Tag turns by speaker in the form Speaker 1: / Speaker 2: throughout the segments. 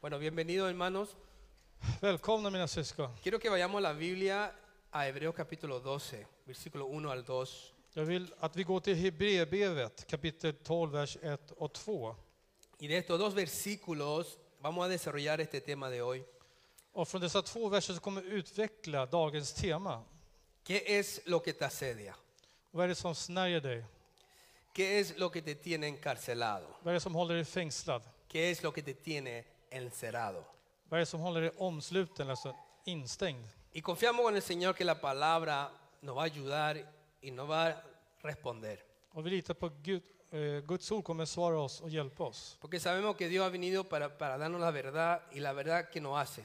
Speaker 1: Bueno, bienvenido hermanos.
Speaker 2: Välkomna mina syskon.
Speaker 1: Quiero que vayamos a la Biblia a Hebreos capítulo 12, versículo 1 al 2.
Speaker 2: Jag vill att vi går till Hebreerbrevet kapitel 12, vers 1 och 2.
Speaker 1: Y de estos dos versículos vamos a desarrollar este tema de hoy.
Speaker 2: Och från dessa två verser så kommer vi utveckla dagens tema.
Speaker 1: ¿Qué es lo que te asedia?
Speaker 2: Vad är det som snärjer dig?
Speaker 1: ¿Qué es lo que te tiene encarcelado?
Speaker 2: Vad är det som håller dig fängslad?
Speaker 1: ¿Qué es lo que te tiene encerrado?
Speaker 2: Vad är det som håller dig omsluten, alltså instängd?
Speaker 1: Y confiamos en el Señor que la palabra nos va a ayudar y nos va a responder.
Speaker 2: Och vi litar på Gud, eh, Guds ord kommer svara oss och hjälpa oss.
Speaker 1: Porque sabemos que Dios ha venido para, para darnos la verdad y la verdad que nos hace.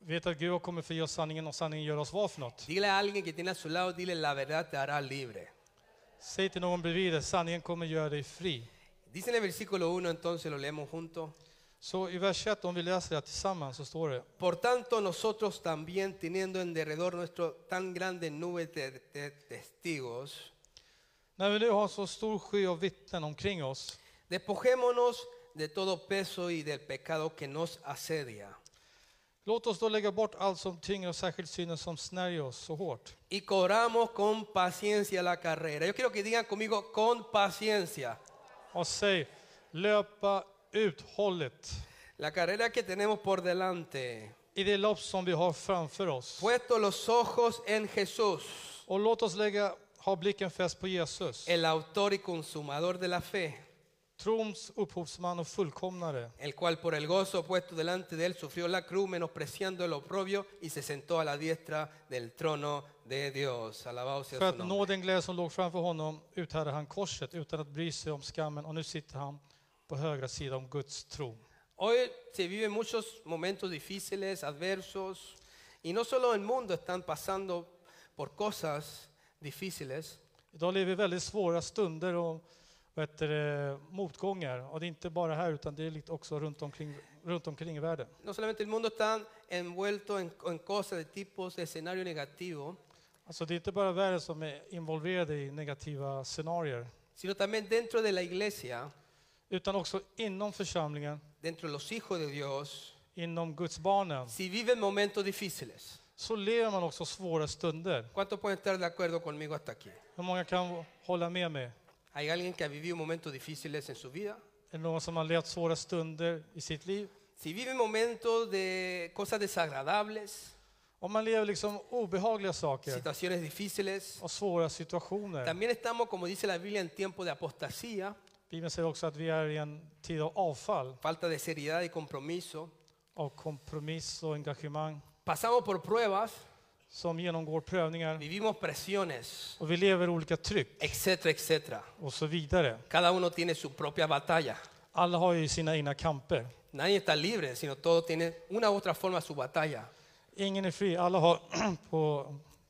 Speaker 2: Vi vet att Gud har kommit för att ge oss sanningen och sanningen gör oss vad för något?
Speaker 1: Dile a alguien que tiene a su lado, dile la verdad te hará libre.
Speaker 2: Säg till någon bredvid dig, sanningen kommer göra dig fri.
Speaker 1: Dice en el versículo 1, entonces lo leemos juntos.
Speaker 2: Så i vers 1, om vi läser det här tillsammans, så står det
Speaker 1: Por tanto, nosotros también, teniendo en derredor nuestro tan grande nube de, de testigos,
Speaker 2: När vi nu har så stor sky av vittnen omkring oss,
Speaker 1: despojémonos de todo peso y del pecado que nos asedia,
Speaker 2: låt oss då lägga bort allt som tynger och särskilt synden som snärjer oss så hårt.
Speaker 1: y corramos con paciencia la carrera. Yo quiero que digan conmigo, con paciencia.
Speaker 2: Och säg, löpa uthålligt
Speaker 1: La carrera que tenemos por delante.
Speaker 2: i det lopp som vi har framför oss.
Speaker 1: Puesto los ojos en Jesús.
Speaker 2: Och låt oss lägga, ha blicken fäst på Jesus,
Speaker 1: el autor y consumador de la fe,
Speaker 2: trons upphovsman och fullkomnare,
Speaker 1: el cual por el gozo puesto delante de él sufrió la cruz, menospreciando el oprobio, y se sentó a la diestra del trono de Dios. Alabado sea
Speaker 2: För
Speaker 1: su
Speaker 2: att nå
Speaker 1: nombre.
Speaker 2: den glädje som låg framför honom uthärdade han korset utan att bry sig om skammen och nu sitter han på högra sidan om Guds tron.
Speaker 1: Hoy se viven muchos momentos difíciles, adversos, y no solo el mundo están pasando por cosas difíciles,
Speaker 2: Idag lever vi väldigt svåra stunder och vad heter det, motgångar. Och det är inte bara här utan det är lite också runt omkring, runt omkring i världen.
Speaker 1: no solamente el mundo está envuelto en, en cosas de tipos de escenario negativo,
Speaker 2: Alltså det är inte bara världen som är involverad i negativa scenarier.
Speaker 1: sino también dentro de la iglesia,
Speaker 2: Utan också inom församlingen,
Speaker 1: dentro de los hijos de Dios,
Speaker 2: inom Guds barnen,
Speaker 1: Si viven momentos difíciles,
Speaker 2: så lever man också svåra stunder.
Speaker 1: ¿cuántos pueden estar de acuerdo conmigo hasta aquí?
Speaker 2: Hur många kan hålla med mig?
Speaker 1: ¿Hay alguien que ha vivido momentos difíciles en su vida?
Speaker 2: Är det någon som har levt svåra stunder i sitt liv?
Speaker 1: Si vive momentos de cosas desagradables,
Speaker 2: Om man lever liksom obehagliga saker
Speaker 1: situaciones difíciles,
Speaker 2: och svåra situationer.
Speaker 1: también estamos, como dice la Biblia, en tiempo de apostasía,
Speaker 2: Bibeln säger också att vi är i en tid av avfall.
Speaker 1: falta de seriedad y compromiso.
Speaker 2: av kompromiss och engagemang
Speaker 1: Pasamos por pruebas,
Speaker 2: som genomgår prövningar
Speaker 1: vivimos presiones,
Speaker 2: och vi lever i olika tryck
Speaker 1: etcétera, etcétera.
Speaker 2: och så vidare.
Speaker 1: Cada uno tiene su propia batalla.
Speaker 2: Alla har ju sina egna kamper.
Speaker 1: Nadie está libre, sino todo tiene una u otra forma su batalla.
Speaker 2: Ingen är fri, alla har på,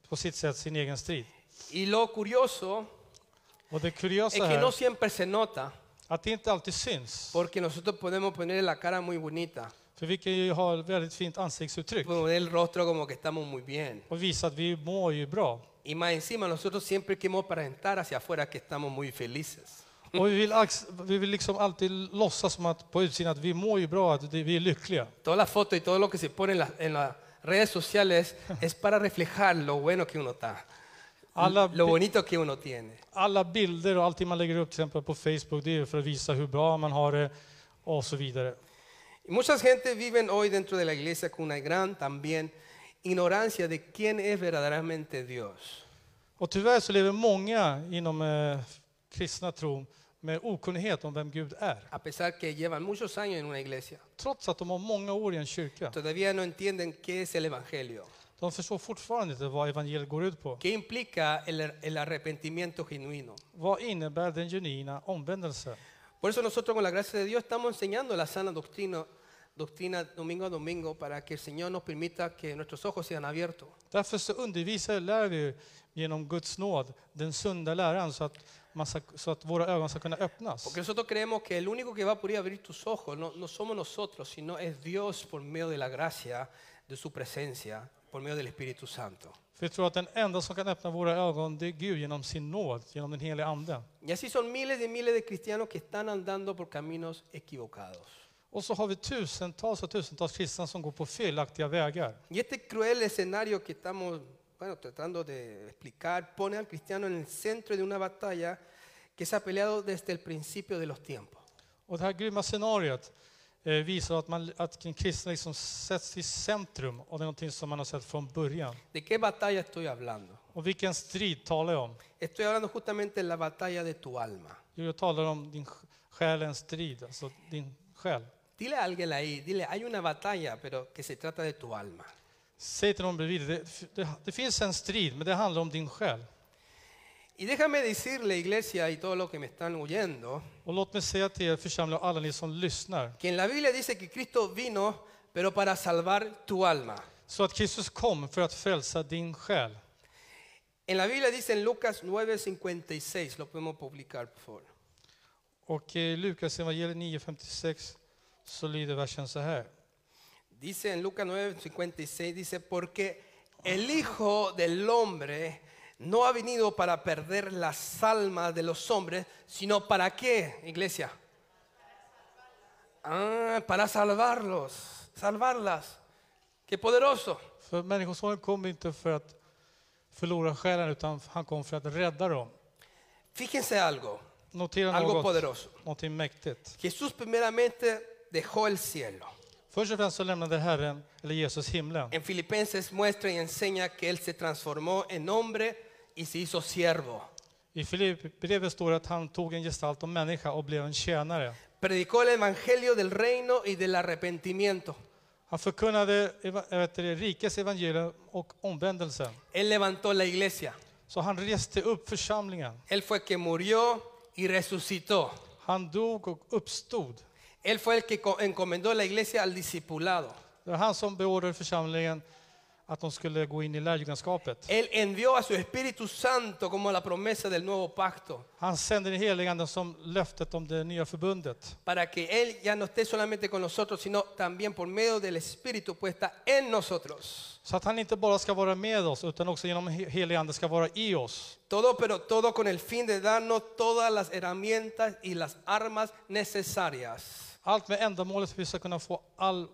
Speaker 2: på sitt sätt sin egen strid.
Speaker 1: Y lo curioso
Speaker 2: Och det kuriosa
Speaker 1: es que no
Speaker 2: här,
Speaker 1: siempre se nota.
Speaker 2: att det inte alltid syns.
Speaker 1: Porque nosotros podemos poner la cara muy bonita,
Speaker 2: För vi kan ju ha ett väldigt fint ansiktsuttryck
Speaker 1: poner el rostro como que estamos muy bien.
Speaker 2: och visa att vi mår ju bra.
Speaker 1: Y más encima, nosotros siempre queremos aparentar hacia afuera que estamos muy felices.
Speaker 2: Och vi vill, ax- vi vill liksom alltid låtsas som att på utsidan att vi mår ju bra, att vi är lyckliga.
Speaker 1: Todas las fotos y todo lo que se pone en, la- en las redes sociales es para reflejar lo bueno que uno está,
Speaker 2: Alla,
Speaker 1: lo bonito que uno tiene.
Speaker 2: alla bilder och allting man lägger upp till exempel på Facebook, det är ju för att visa hur bra man har det och så vidare.
Speaker 1: Y mucha gente viven hoy dentro de la iglesia con una gran también ignorancia de quién es verdaderamente Dios.
Speaker 2: Och tyvärr så lever många inom eh, kristna tron med okunnighet om vem Gud är.
Speaker 1: A pesar que llevan muchos años en una iglesia,
Speaker 2: Trots att de har många år i en kyrka.
Speaker 1: todavía no entienden qué es el Evangelio.
Speaker 2: De förstår fortfarande inte vad evangeliet går ut på.
Speaker 1: ¿Qué implica el, el arrepentimiento genuino?
Speaker 2: Vad innebär den genuina omvändelsen?
Speaker 1: Por eso nosotros con la gracia de Dios estamos enseñando la sana doctrina, doctrina domingo a domingo para que el Señor nos permita que nuestros ojos sean abiertos.
Speaker 2: Därför så undervisar och lär vi ju genom Guds nåd den sunda läran så att, man ska, så att våra ögon ska kunna öppnas.
Speaker 1: Porque nosotros creemos que el único que va a poder abrir tus ojos no, no somos nosotros, sino es Dios por medio de la gracia, de su presencia, por medio del Espíritu Santo.
Speaker 2: För vi tror att den enda som kan öppna våra ögon det är Gud genom sin nåd, genom den heliga anden.
Speaker 1: Y así son miles y miles de cristianos que están andando por caminos equivocados.
Speaker 2: Och så har vi tusentals och tusentals kristna som går på felaktiga vägar.
Speaker 1: Y este cruel escenario que estamos bueno, tratando de explicar pone al cristiano en el centro de una batalla que se ha peleado desde el principio de los tiempos.
Speaker 2: Och det här grymma scenariot eh, visar att, man, att en kristen liksom sätts i centrum och det är någonting som man har sett från början.
Speaker 1: ¿De qué batalla estoy hablando?
Speaker 2: Och vilken strid talar jag om?
Speaker 1: Estoy hablando justamente de la batalla de tu alma.
Speaker 2: Jo, jag talar om din sj- själens strid, alltså din själ.
Speaker 1: Dile a alguien ahí, dile, hay una batalla, pero que se trata de tu alma.
Speaker 2: Säg till någon bredvid dig, det, det, det finns en strid, men det handlar om din själ.
Speaker 1: Y déjame decirle, iglesia, y todos los que me están oyendo,
Speaker 2: Och låt mig säga till er församling och alla ni som lyssnar,
Speaker 1: que en la Biblia dice que Cristo vino, pero para salvar tu alma.
Speaker 2: så att Kristus kom för att frälsa din själ.
Speaker 1: En la Biblia dice en Lucas 9:56, lo podemos publicar por favor.
Speaker 2: Och i Lukas evangeliet 9.56 så lyder versen så här.
Speaker 1: Dice en Lucas 9:56, dice, porque el Hijo del Hombre no ha venido para perder las almas de los hombres, sino para qué, iglesia? Ah, para salvarlos, salvarlas. Qué poderoso.
Speaker 2: För Människosonen kom inte för att förlora själen, utan han kom för att rädda dem.
Speaker 1: Fíjense algo,
Speaker 2: Notera
Speaker 1: algo
Speaker 2: något,
Speaker 1: poderoso.
Speaker 2: någonting mäktigt.
Speaker 1: Jesús primeramente dejó el cielo.
Speaker 2: Först och främst så lämnade Herren, eller Jesus, himlen.
Speaker 1: En Filipenses muestra y enseña que Él se transformó en hombre y se hizo siervo.
Speaker 2: I Filipperbrevet står det att han tog en gestalt om människa och blev en tjänare.
Speaker 1: Predicó el evangelio del reino y del arrepentimiento.
Speaker 2: Han förkunnade eva- jag vet det, rikets evangelium och omvändelsen.
Speaker 1: Él levantó la iglesia.
Speaker 2: Så han reste upp församlingen.
Speaker 1: Él fue el que murió y resucitó.
Speaker 2: Han dog och uppstod.
Speaker 1: Él fue el que co- encomendó la iglesia al discipulado.
Speaker 2: Det var han som beordrade församlingen att de skulle gå in i lärjungaskapet.
Speaker 1: Él envió a su Espíritu Santo como la promesa del nuevo pacto
Speaker 2: Han sände den helige Ande som löftet om det nya förbundet.
Speaker 1: para que Él ya no esté solamente con nosotros, sino también por medio del Espíritu puesta en nosotros.
Speaker 2: Så att han inte bara ska vara med oss utan också genom he- helige Ande ska vara i oss.
Speaker 1: Todo, pero todo con el fin de darnos todas las herramientas y las armas necesarias
Speaker 2: Allt med ändamålet för att vi ska kunna få all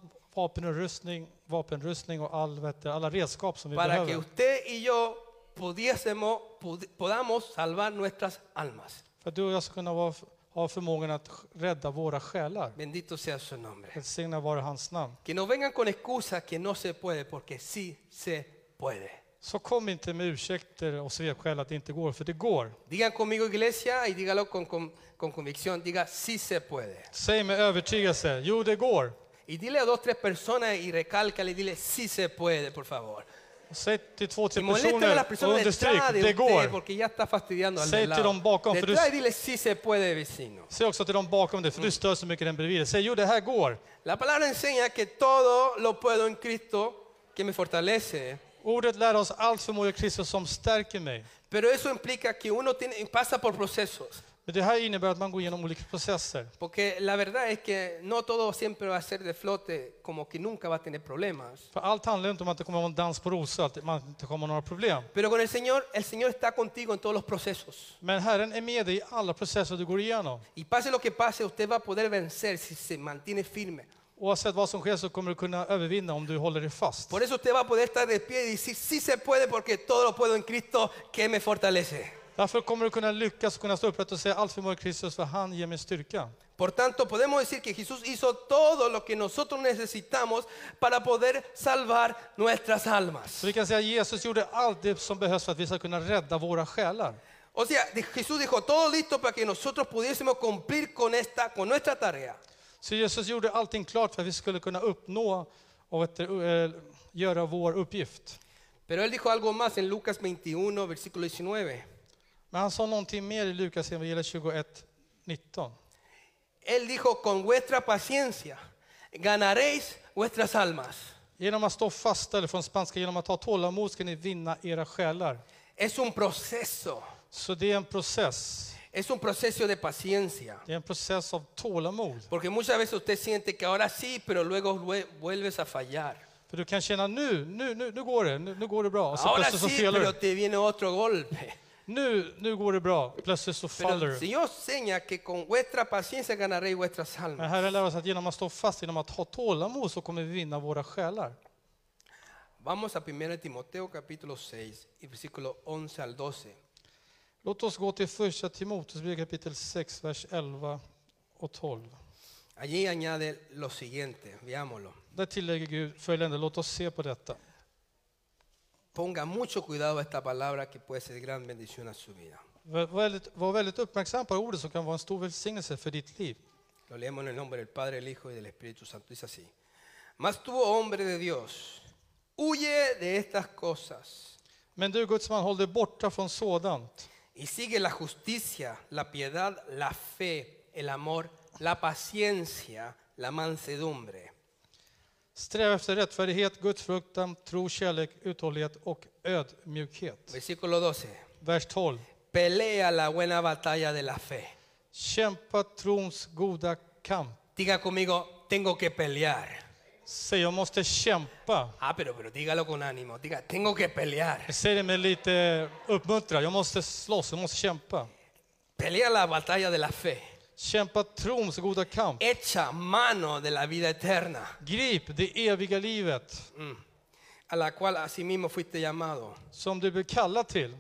Speaker 2: vapenrustning, vapenrustning och all, vet, du, alla redskap som vi
Speaker 1: para que
Speaker 2: behöver.
Speaker 1: usted y yo pudiésemos, pud- podamos salvar nuestras almas.
Speaker 2: För att du och jag ska kunna vara, ha förmågan att sk- rädda våra själar.
Speaker 1: Bendito sea su nombre.
Speaker 2: Välsignad vare hans namn.
Speaker 1: Que no vengan con excusas que no se puede, porque sí se puede.
Speaker 2: Så kom inte med ursäkter och svepskäl att det inte går, för det går.
Speaker 1: Digan conmigo iglesia y dígalo con, con- con convicción. Diga, sí se puede.
Speaker 2: Säg med övertygelse, jo det går.
Speaker 1: Y dile a dos, tres personas y recálcale y dile, sí se puede, por favor.
Speaker 2: Säg till två,
Speaker 1: Y
Speaker 2: tre
Speaker 1: moléstame a las
Speaker 2: personer och
Speaker 1: personas
Speaker 2: understryk,
Speaker 1: detrás de
Speaker 2: det
Speaker 1: usted
Speaker 2: går.
Speaker 1: porque ya está fastidiando al
Speaker 2: Säg
Speaker 1: de
Speaker 2: till dem
Speaker 1: lado.
Speaker 2: bakom, för du-
Speaker 1: Detrás y dile si se puede, vecino.
Speaker 2: Säg också till dem bakom dig, för du stör så mycket den bredvid dig. Säg, jo det här går.
Speaker 1: La palabra enseña que todo lo puedo en Cristo que me fortalece,
Speaker 2: Ordet lär oss allt förmåga Kristus som stärker mig.
Speaker 1: pero eso implica que uno tiene, pasa por procesos,
Speaker 2: Men det här innebär att man går igenom olika processer.
Speaker 1: porque la verdad es que no todo siempre va a ser de flote, como que nunca va a tener problemas.
Speaker 2: För allt handlar inte om att det kommer vara en dans på rosor, att man inte kommer ha några problem.
Speaker 1: Pero con el Señor, el Señor está contigo en todos los procesos.
Speaker 2: Men Herren är med dig i alla processer du går igenom.
Speaker 1: Y pase lo que pase, usted va a poder vencer si se mantiene firme.
Speaker 2: Oavsett vad som sker så kommer du kunna övervinna om du håller dig fast.
Speaker 1: Por eso usted va a poder estar de pie y decir, sí se puede porque todo lo puedo en Cristo que me fortalece.
Speaker 2: Därför kommer du kunna lyckas och kunna stå upprätt och säga allt förmår Kristus för han ger mig styrka.
Speaker 1: Por tanto, podemos decir que Jesús hizo todo lo que nosotros necesitamos para poder salvar nuestras almas.
Speaker 2: Så vi kan säga att Jesus gjorde allt det som behövs för att vi ska kunna rädda våra själar.
Speaker 1: O sea, de- Jesús dijo todo listo para que nosotros pudiésemos cumplir con esta, con nuestra tarea.
Speaker 2: Så Jesus gjorde allting klart för att vi skulle kunna uppnå och vet du, eh, göra vår uppgift.
Speaker 1: Pero él dijo algo más en Lucas 21, versículo 19.
Speaker 2: Men han sa någonting mer i Lukas evangeliet 21, 19.
Speaker 1: Él dijo, con vuestra paciencia ganaréis vuestras almas.
Speaker 2: Genom att stå fast, eller från spanska, genom att ha tålamod ska ni vinna era själar.
Speaker 1: Es un proceso,
Speaker 2: Så det är en process.
Speaker 1: es un proceso de paciencia.
Speaker 2: Det är en process av tålamod.
Speaker 1: Porque muchas veces usted siente que ahora sí, pero luego vue- vuelves a fallar.
Speaker 2: För du kan känna nu, nu, nu, nu går det, nu, nu går det bra. Och så
Speaker 1: Ahora
Speaker 2: plötsligt så
Speaker 1: sí,
Speaker 2: felar du.
Speaker 1: pero te viene otro golpe.
Speaker 2: Nu, nu går det bra. Plötsligt så faller
Speaker 1: Pero
Speaker 2: du.
Speaker 1: si yo enseña que con vuestra paciencia ganaréis vuestras
Speaker 2: Men
Speaker 1: almas.
Speaker 2: Herren lär oss att genom att stå fast, genom att ha tålamod så kommer vi vinna våra själar.
Speaker 1: Vamos a 1 Timoteo capítulo 6 y versículo 11 al 12.
Speaker 2: Låt oss gå till första Timoteusbrevet kapitel 6, vers 11 och 12.
Speaker 1: Allí añade lo siguiente, veámoslo.
Speaker 2: Där tillägger Gud följande, låt oss se på detta.
Speaker 1: Ponga mucho cuidado a esta palabra que puede ser gran bendición a su vida.
Speaker 2: Var väldigt, var väldigt uppmärksam på ordet som kan vara en stor välsignelse för ditt liv.
Speaker 1: Lo leemos en el nombre del Padre, el Hijo y del Espíritu Santo. Dice así. Mas tú, oh hombre de Dios, huye de estas cosas
Speaker 2: Men du Guds man, håll dig borta från sådant.
Speaker 1: y sigue la justicia, la piedad, la fe, el amor, la paciencia, la mansedumbre.
Speaker 2: Sträva efter rättfärdighet, Guds fruktan, tro, kärlek, uthållighet och ödmjukhet.
Speaker 1: Versículo 12.
Speaker 2: Vers 12.
Speaker 1: Pelea la buena batalla de la fe.
Speaker 2: Kämpa trons goda kamp.
Speaker 1: Diga conmigo, tengo que pelear.
Speaker 2: Säg, jag måste kämpa.
Speaker 1: Ah, pero, pero dígalo con ánimo. Diga, tengo que pelear.
Speaker 2: Jag säger det med lite uppmuntran. Jag måste slåss, jag måste kämpa.
Speaker 1: Pelea la batalla de la fe.
Speaker 2: Kämpa trons goda kamp.
Speaker 1: Echa mano de la vida eterna,
Speaker 2: Grip det eviga livet
Speaker 1: a la cual asimismo fuiste llamado.
Speaker 2: som du blir kallad till.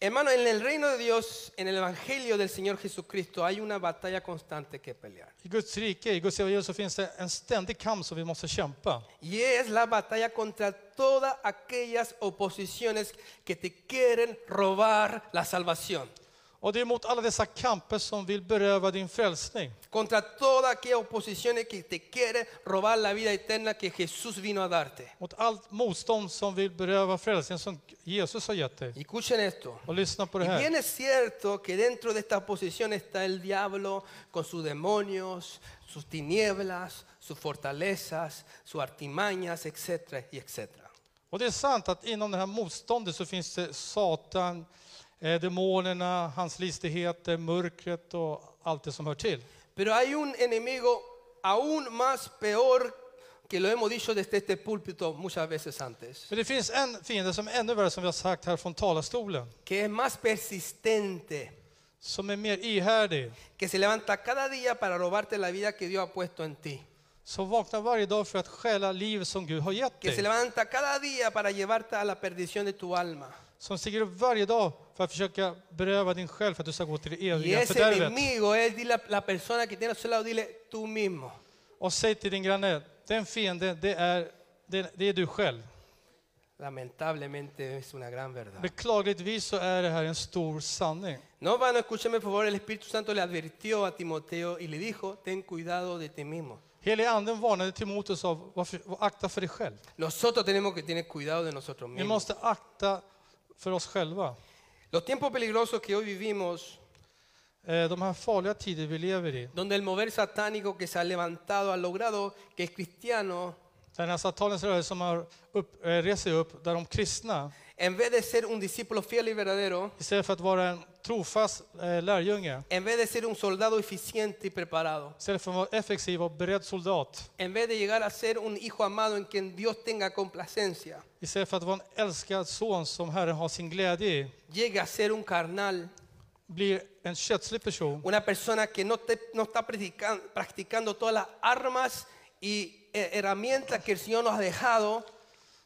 Speaker 1: Hermano, en el reino de Dios, en el evangelio del Señor Jesucristo, hay una batalla constante que pelear.
Speaker 2: I Guds rike, i Guds evangelium så finns det en ständig kamp som vi måste kämpa.
Speaker 1: Y es la batalla contra todas aquellas oposiciones que te quieren robar la salvación.
Speaker 2: Och det är mot alla dessa kamper som vill beröva din frälsning.
Speaker 1: Contra todas aquellas oposiciones que te quieren robar la vida eterna que Jesús vino a darte.
Speaker 2: Mot allt motstånd som vill beröva frälsningen som Jesus har gett dig.
Speaker 1: Y escuchen esto.
Speaker 2: Och lyssna på det
Speaker 1: Y bien
Speaker 2: här.
Speaker 1: es cierto que dentro de esta oposición está el diablo con sus demonios, sus tinieblas, sus fortalezas, sus artimañas, etcétera y etcétera.
Speaker 2: Och det är sant att inom det här motståndet så finns det Satan, eh, demonerna, hans listigheter, mörkret och allt det som hör till.
Speaker 1: Pero hay un enemigo aún más peor que lo hemos dicho desde este púlpito muchas veces antes,
Speaker 2: Men det finns en fiende som är ännu värre som vi har sagt här från talarstolen.
Speaker 1: que es más persistente,
Speaker 2: Som är mer ihärdig.
Speaker 1: que se levanta cada día para robarte la vida que Dios ha puesto en ti,
Speaker 2: Som vaknar varje dag för att stjäla liv som Gud har gett
Speaker 1: que se
Speaker 2: dig.
Speaker 1: levanta cada día para llevarte a la perdición de tu alma.
Speaker 2: Som stiger upp varje dag för att försöka beröva din själ för att du ska gå till det
Speaker 1: Y
Speaker 2: eviga
Speaker 1: ese
Speaker 2: fördärvet.
Speaker 1: enemigo es dile a la persona que tiene a su lado, dile tú mismo.
Speaker 2: Och säg till din granne, den fienden, det är, det, det är du själv.
Speaker 1: Lamentablemente es una gran verdad.
Speaker 2: Beklagligtvis så är det här en stor sanning.
Speaker 1: No van a escúchame por favor, el Espíritu Santo le advirtió a Timoteo y le dijo, ten cuidado de ti mismo.
Speaker 2: Helige anden varnade Timoteus av, varför, akta för dig själv.
Speaker 1: Nosotros tenemos que tener cuidado de nosotros
Speaker 2: Vi
Speaker 1: mismos.
Speaker 2: måste akta för oss själva.
Speaker 1: Los tiempos peligrosos que hoy vivimos,
Speaker 2: Eh, De här farliga tider vi lever i.
Speaker 1: donde el mover satánico que se ha levantado ha logrado que el cristiano,
Speaker 2: Den här satanens rörelse som har upp, eh, rest sig upp, där de kristna,
Speaker 1: en vez de ser un discípulo fiel y verdadero,
Speaker 2: istället för att vara en trofast eh, lärjunge,
Speaker 1: en vez de ser un soldado eficiente y preparado,
Speaker 2: istället för att vara effektiv och beredd soldat,
Speaker 1: en vez de llegar a ser un hijo amado en quien Dios tenga complacencia,
Speaker 2: istället för att vara en älskad son som Herren har sin glädje i,
Speaker 1: llega a ser un carnal,
Speaker 2: blir en kötslig person,
Speaker 1: una persona que no, te- no está practican- practicando todas las armas y eh, herramientas que el Señor nos ha dejado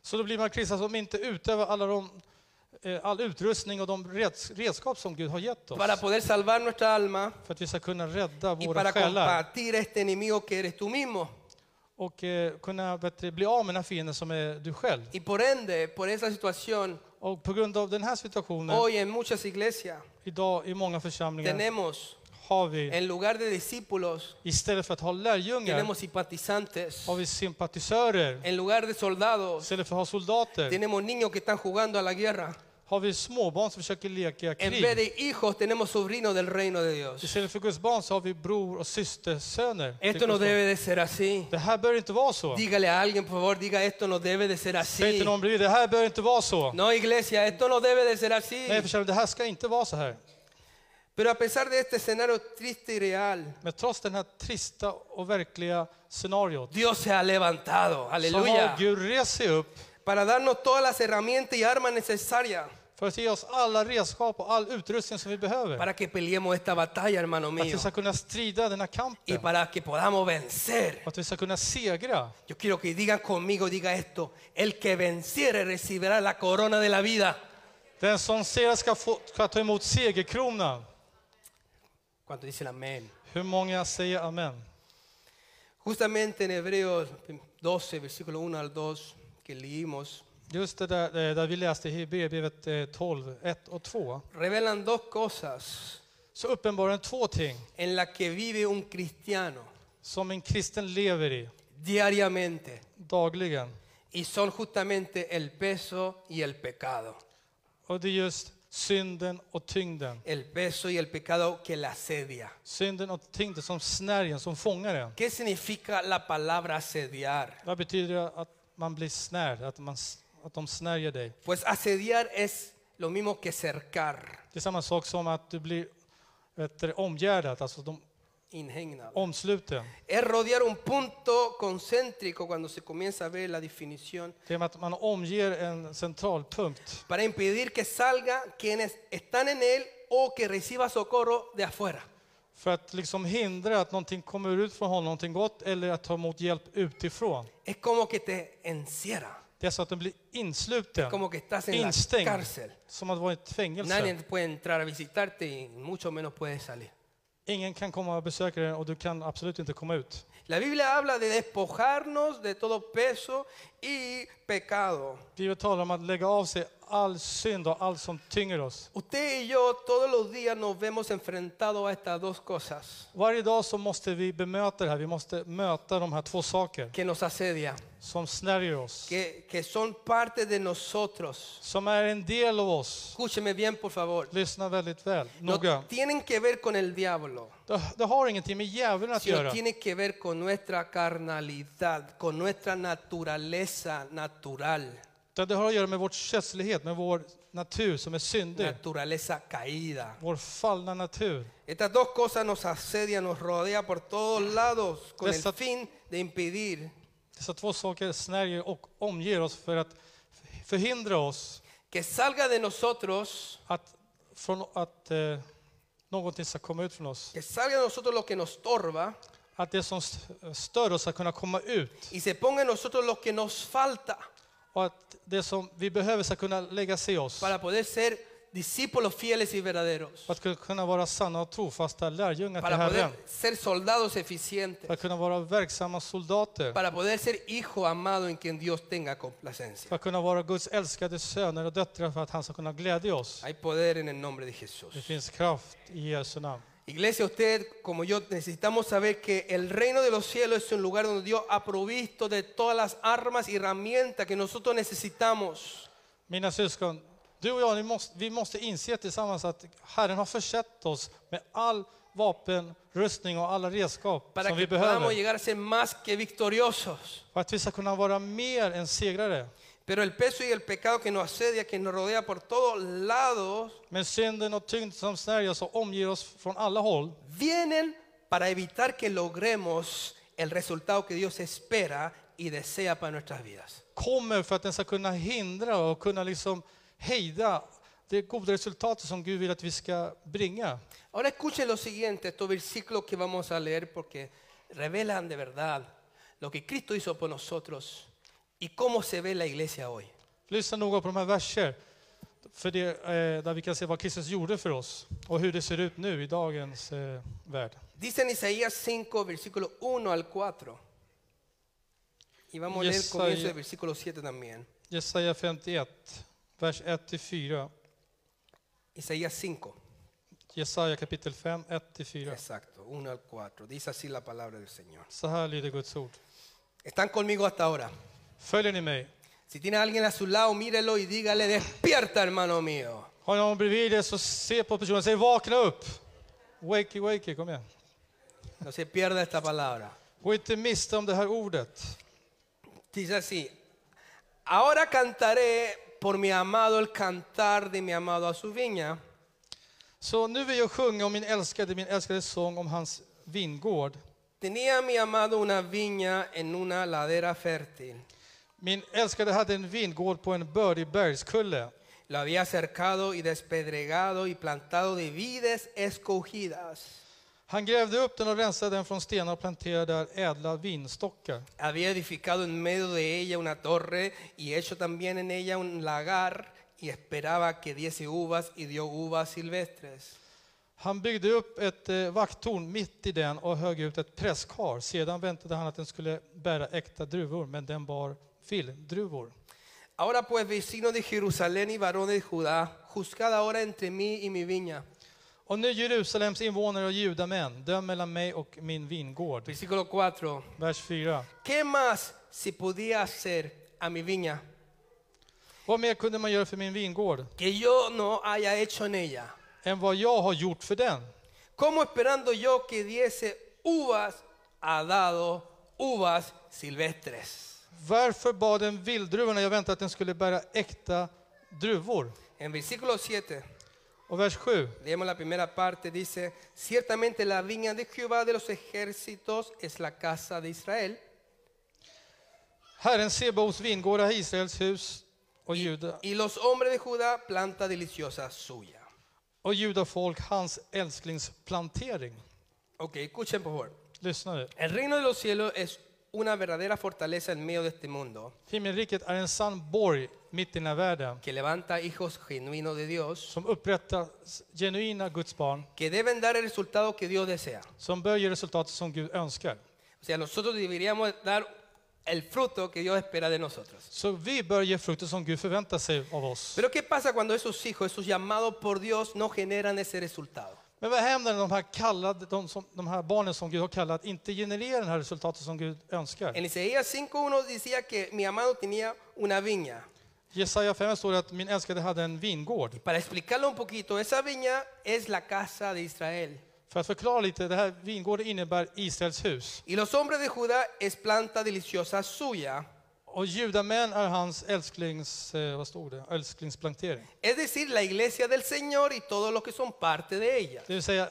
Speaker 2: så då blir man kristen som inte utövar alla de, eh, all utrustning och de reds, redskap som Gud har gett oss.
Speaker 1: para poder salvar nuestra alma
Speaker 2: För att vi ska kunna rädda
Speaker 1: y
Speaker 2: våra
Speaker 1: para
Speaker 2: själar
Speaker 1: combatir a este enemigo que eres tú mismo.
Speaker 2: och eh, kunna vet du, bli av med den här fienden som är du själv.
Speaker 1: Y por ende, por esa situación,
Speaker 2: Och på grund av den här situationen,
Speaker 1: hoy en muchas iglesias
Speaker 2: idag i många församlingar,
Speaker 1: tenemos,
Speaker 2: har vi,
Speaker 1: en lugar de discípulos,
Speaker 2: istället för att ha lärjungar,
Speaker 1: tenemos simpatizantes,
Speaker 2: har vi sympatisörer.
Speaker 1: en lugar de soldados,
Speaker 2: Istället för att ha soldater,
Speaker 1: tenemos niños que están jugando a la guerra.
Speaker 2: har vi småbarn som försöker leka
Speaker 1: En vez
Speaker 2: krig.
Speaker 1: de hijos tenemos sobrinos del reino de Dios.
Speaker 2: Istället för Guds barn så har vi bror och systersöner. till
Speaker 1: Esto no
Speaker 2: Guds barn.
Speaker 1: debe de ser así.
Speaker 2: Det här bör inte vara så.
Speaker 1: Dígale a alguien, por favor, diga esto no debe de ser
Speaker 2: Säg
Speaker 1: así.
Speaker 2: till någon bredvid, det här bör inte vara så.
Speaker 1: No, iglesia, esto no debe de ser así.
Speaker 2: Nej församling, det här ska inte vara så här.
Speaker 1: Pero a pesar de este escenario triste y real,
Speaker 2: Men trots den här trista och verkliga scenariot
Speaker 1: Dios se ha levantado,
Speaker 2: så har
Speaker 1: aleluya,
Speaker 2: Gud rest sig upp
Speaker 1: para darnos todas las herramientas y armas necesarias
Speaker 2: För att ge oss alla redskap och all utrustning som vi behöver. För
Speaker 1: para que peleemos esta batalla, hermano
Speaker 2: att vi
Speaker 1: mío,
Speaker 2: ska kunna strida den här
Speaker 1: y
Speaker 2: kampen.
Speaker 1: para que podamos vencer.
Speaker 2: För att vi ska kunna segra.
Speaker 1: Yo quiero que digan conmigo, diga esto, el que venciere recibirá la corona de la vida.
Speaker 2: Den som segrar ska, få, ska ta emot segerkronan.
Speaker 1: Cuando dicen amén.
Speaker 2: Hur många säger amen?
Speaker 1: Justamente en Hebreos 12, versículo 1 al 2, que leímos,
Speaker 2: Just det där, eh, där vi läste i Hebreerbrevet eh, 12, 1 och 2.
Speaker 1: revelan dos cosas
Speaker 2: Så uppenbarligen två ting
Speaker 1: en las que vive un cristiano
Speaker 2: som en kristen lever i
Speaker 1: diariamente,
Speaker 2: dagligen.
Speaker 1: y son justamente el peso y el pecado.
Speaker 2: Och det är just synden och tyngden.
Speaker 1: El peso y el pecado que la asedia.
Speaker 2: Synden och tyngden som snärjen, som fångar en.
Speaker 1: ¿Qué significa la palabra asediar?
Speaker 2: Vad betyder det att man blir snärd, att, man, s- att de snärjer dig?
Speaker 1: Pues asediar es lo mismo que cercar,
Speaker 2: Det är samma sak som att du blir vet du, omgärdad, alltså de
Speaker 1: ingenado.
Speaker 2: omsluten.
Speaker 1: Es rodear un punto concéntrico cuando se comienza a ver la definición
Speaker 2: Det är med att man omger en centralpunkt
Speaker 1: para impedir que salga quienes están en él o que reciba socorro de afuera.
Speaker 2: för att liksom hindra att någonting kommer ut från honom, någonting gott, eller att ta emot hjälp utifrån.
Speaker 1: Es como que te encierra,
Speaker 2: Det är så att den blir insluten,
Speaker 1: como que estás en la
Speaker 2: instängd,
Speaker 1: cárcel.
Speaker 2: som att vara i ett
Speaker 1: Nadie
Speaker 2: fängelse.
Speaker 1: puede entrar a visitarte y mucho menos puede salir.
Speaker 2: Ingen kan komma och besöka dig och du kan absolut inte komma ut.
Speaker 1: La Biblia habla de despojarnos de todo peso y pecado.
Speaker 2: Bibeln talar om att lägga av sig all synd och allt som tynger oss.
Speaker 1: Usted y yo todos los días nos vemos enfrentados a estas dos cosas
Speaker 2: Varje dag så måste vi bemöta det här. Vi måste möta de här två saker
Speaker 1: que nos asedia,
Speaker 2: som snärjer oss,
Speaker 1: que, que son parte de nosotros.
Speaker 2: som är en del av oss.
Speaker 1: Escúcheme bien, por favor.
Speaker 2: Lyssna väldigt väl,
Speaker 1: No
Speaker 2: noga.
Speaker 1: tienen que ver con el diablo,
Speaker 2: Det, det har ingenting med djävulen att
Speaker 1: sino
Speaker 2: göra.
Speaker 1: tiene que ver con nuestra carnalidad, con nuestra naturaleza natural,
Speaker 2: utan Det har att göra med vår kötslighet, med vår natur som är syndig.
Speaker 1: naturaleza caída.
Speaker 2: Vår fallna natur.
Speaker 1: Estas dos cosas nos asedian, nos rodea por todos lados con el
Speaker 2: Desa-
Speaker 1: fin de impedir
Speaker 2: Dessa två saker snärjer och omger oss för att förhindra oss
Speaker 1: que salga de nosotros,
Speaker 2: att, från, att eh, någonting ska komma ut från oss.
Speaker 1: que salga de nosotros lo que nos torba
Speaker 2: Att det som st- stör oss ska kunna komma ut.
Speaker 1: y se ponga en nosotros lo que nos falta
Speaker 2: Och att det som vi behöver ska kunna lägga sig i oss.
Speaker 1: para poder ser discípulos fieles y verdaderos,
Speaker 2: För att kunna vara sanna och trofasta lärjungar till
Speaker 1: para
Speaker 2: Herren.
Speaker 1: poder ser soldados
Speaker 2: För
Speaker 1: eficientes.
Speaker 2: att kunna vara verksamma soldater.
Speaker 1: para poder ser hijo amado en quien Dios tenga complacencia.
Speaker 2: För att kunna vara Guds älskade söner och döttrar för att han ska kunna glädja oss.
Speaker 1: Hay poder en el nombre de
Speaker 2: Det
Speaker 1: Jesús.
Speaker 2: finns kraft i Jesu namn.
Speaker 1: Iglesia, usted como yo necesitamos saber que el reino de los cielos es un lugar donde Dios ha provisto de todas las armas y herramientas que nosotros necesitamos
Speaker 2: Mina syskon, du och jag, ni måste, vi måste inse tillsammans att Herren har försett oss med all vapenrustning och alla redskap
Speaker 1: para
Speaker 2: som
Speaker 1: que
Speaker 2: vi
Speaker 1: podamos
Speaker 2: behöver.
Speaker 1: llegar a ser más que victoriosos.
Speaker 2: För att vi ska kunna vara mer än segrare.
Speaker 1: Pero el peso y el pecado que nos asedia, que nos rodea por todos lados,
Speaker 2: Men synden och tyngden som snärjer oss och omger oss från alla håll
Speaker 1: vienen para evitar que logremos el resultado que Dios espera y desea para nuestras vidas.
Speaker 2: kommer för att den ska kunna hindra och kunna liksom hejda det goda resultatet som Gud vill att vi ska bringa.
Speaker 1: Ahora escuchen lo siguiente, estos versículos que vamos a leer porque revelan de verdad lo que Cristo hizo por nosotros y cómo se ve la iglesia hoy.
Speaker 2: Lyssna noga på de här verser för det, eh, där vi kan se vad Kristus gjorde för oss och hur det ser ut nu i dagens eh, värld.
Speaker 1: Dice en Isaías 5, versículo 1 al 4. Y vamos a leer el
Speaker 2: Isaías.
Speaker 1: comienzo del versículo 7 también.
Speaker 2: Jesaja 51, vers 1-4.
Speaker 1: Isaías 5,
Speaker 2: Jesaja kapitel 5, 1-4.
Speaker 1: exacto, 1 al 4. Dice así la palabra del Señor.
Speaker 2: Så här lyder Guds ord.
Speaker 1: Están conmigo hasta ahora.
Speaker 2: Följer ni mig?
Speaker 1: Si tiene a alguien a su lado, mírelo y dígale, despierta hermano mío.
Speaker 2: Har någon bredvid dig så se på personen och säg vakna upp. Wakey, wakey, kom igen.
Speaker 1: No se pierda esta palabra.
Speaker 2: Gå inte miste om det här ordet.
Speaker 1: Dice así, ahora cantaré por mi amado el cantar de mi amado a su viña.
Speaker 2: Så nu vill jag sjunga om min älskade, min älskade sång om hans vingård.
Speaker 1: Tenía mi amado una viña en una ladera fértil.
Speaker 2: Min älskade hade en vingård på en bördig bergskulle.
Speaker 1: lo había cercado y despedregado y plantado de vides escogidas.
Speaker 2: Han grävde upp den och rensade den från stenar och planterade där ädla vinstockar.
Speaker 1: Había edificado en medio de ella una torre y hecho también en ella un lagar y esperaba que diese uvas y dio uvas silvestres.
Speaker 2: Han byggde upp ett eh, vakttorn mitt i den och högg ut ett presskar. Sedan väntade han att den skulle bära äkta druvor, men den bar filldruvor.
Speaker 1: Ahora pues, vecinos de Jerusalén y varones de Judá, juzgad ahora entre mí y mi viña.
Speaker 2: Och nu Jerusalems invånare och judamän, döm mellan mig och min vingård.
Speaker 1: Versículo 4.
Speaker 2: Vers 4.
Speaker 1: ¿Qué más se podía hacer a mi viña
Speaker 2: Vad mer kunde man göra för min vingård
Speaker 1: que yo no haya hecho en ella?
Speaker 2: än vad jag har gjort för den?
Speaker 1: ¿Cómo esperando yo que diese uvas ha dado uvas silvestres?
Speaker 2: Varför bad den vilddruvorna jag väntade att den skulle bära äkta druvor?
Speaker 1: En versículo 7,
Speaker 2: Och vers 7.
Speaker 1: leemos la primera parte, dice, ciertamente la viña de Jehová de los ejércitos es la casa de Israel
Speaker 2: Herren Sebaos vingård är Israels hus och juda,
Speaker 1: y los hombres de Judá planta deliciosa suya.
Speaker 2: och judafolk hans älsklingsplantering.
Speaker 1: Ok, escuchen por favor.
Speaker 2: Lyssna nu.
Speaker 1: El reino de los cielos es una verdadera fortaleza en medio de este mundo
Speaker 2: Himmelriket är en sann borg mitt i den här världen
Speaker 1: que levanta hijos genuinos de Dios
Speaker 2: som upprättar genuina Guds barn
Speaker 1: que deben dar el resultado que Dios desea.
Speaker 2: som bör ge resultatet som Gud önskar.
Speaker 1: O sea, nosotros deberíamos dar el fruto que Dios espera de nosotros.
Speaker 2: Så vi bör ge frukter som Gud förväntar sig av oss.
Speaker 1: Pero ¿qué pasa cuando esos hijos, esos llamados por Dios, no generan ese resultado?
Speaker 2: Men vad händer när de här, kallade, de, som, de här barnen som Gud har kallat inte genererar det här resultatet som Gud önskar?
Speaker 1: En Isaías 5.1 decía que mi amado tenía una viña.
Speaker 2: I Jesaja 5 står det att min älskade hade en vingård.
Speaker 1: Para explicarlo un poquito, esa viña es la casa de Israel.
Speaker 2: För att förklara lite, det här vingården innebär Israels hus.
Speaker 1: Y los hombres de Judá es planta deliciosa suya.
Speaker 2: Och judamän är hans älsklings, eh, vad stod det? älsklingsplantering.
Speaker 1: Es decir, la iglesia del Señor y todos los que son parte de ella.
Speaker 2: Det vill säga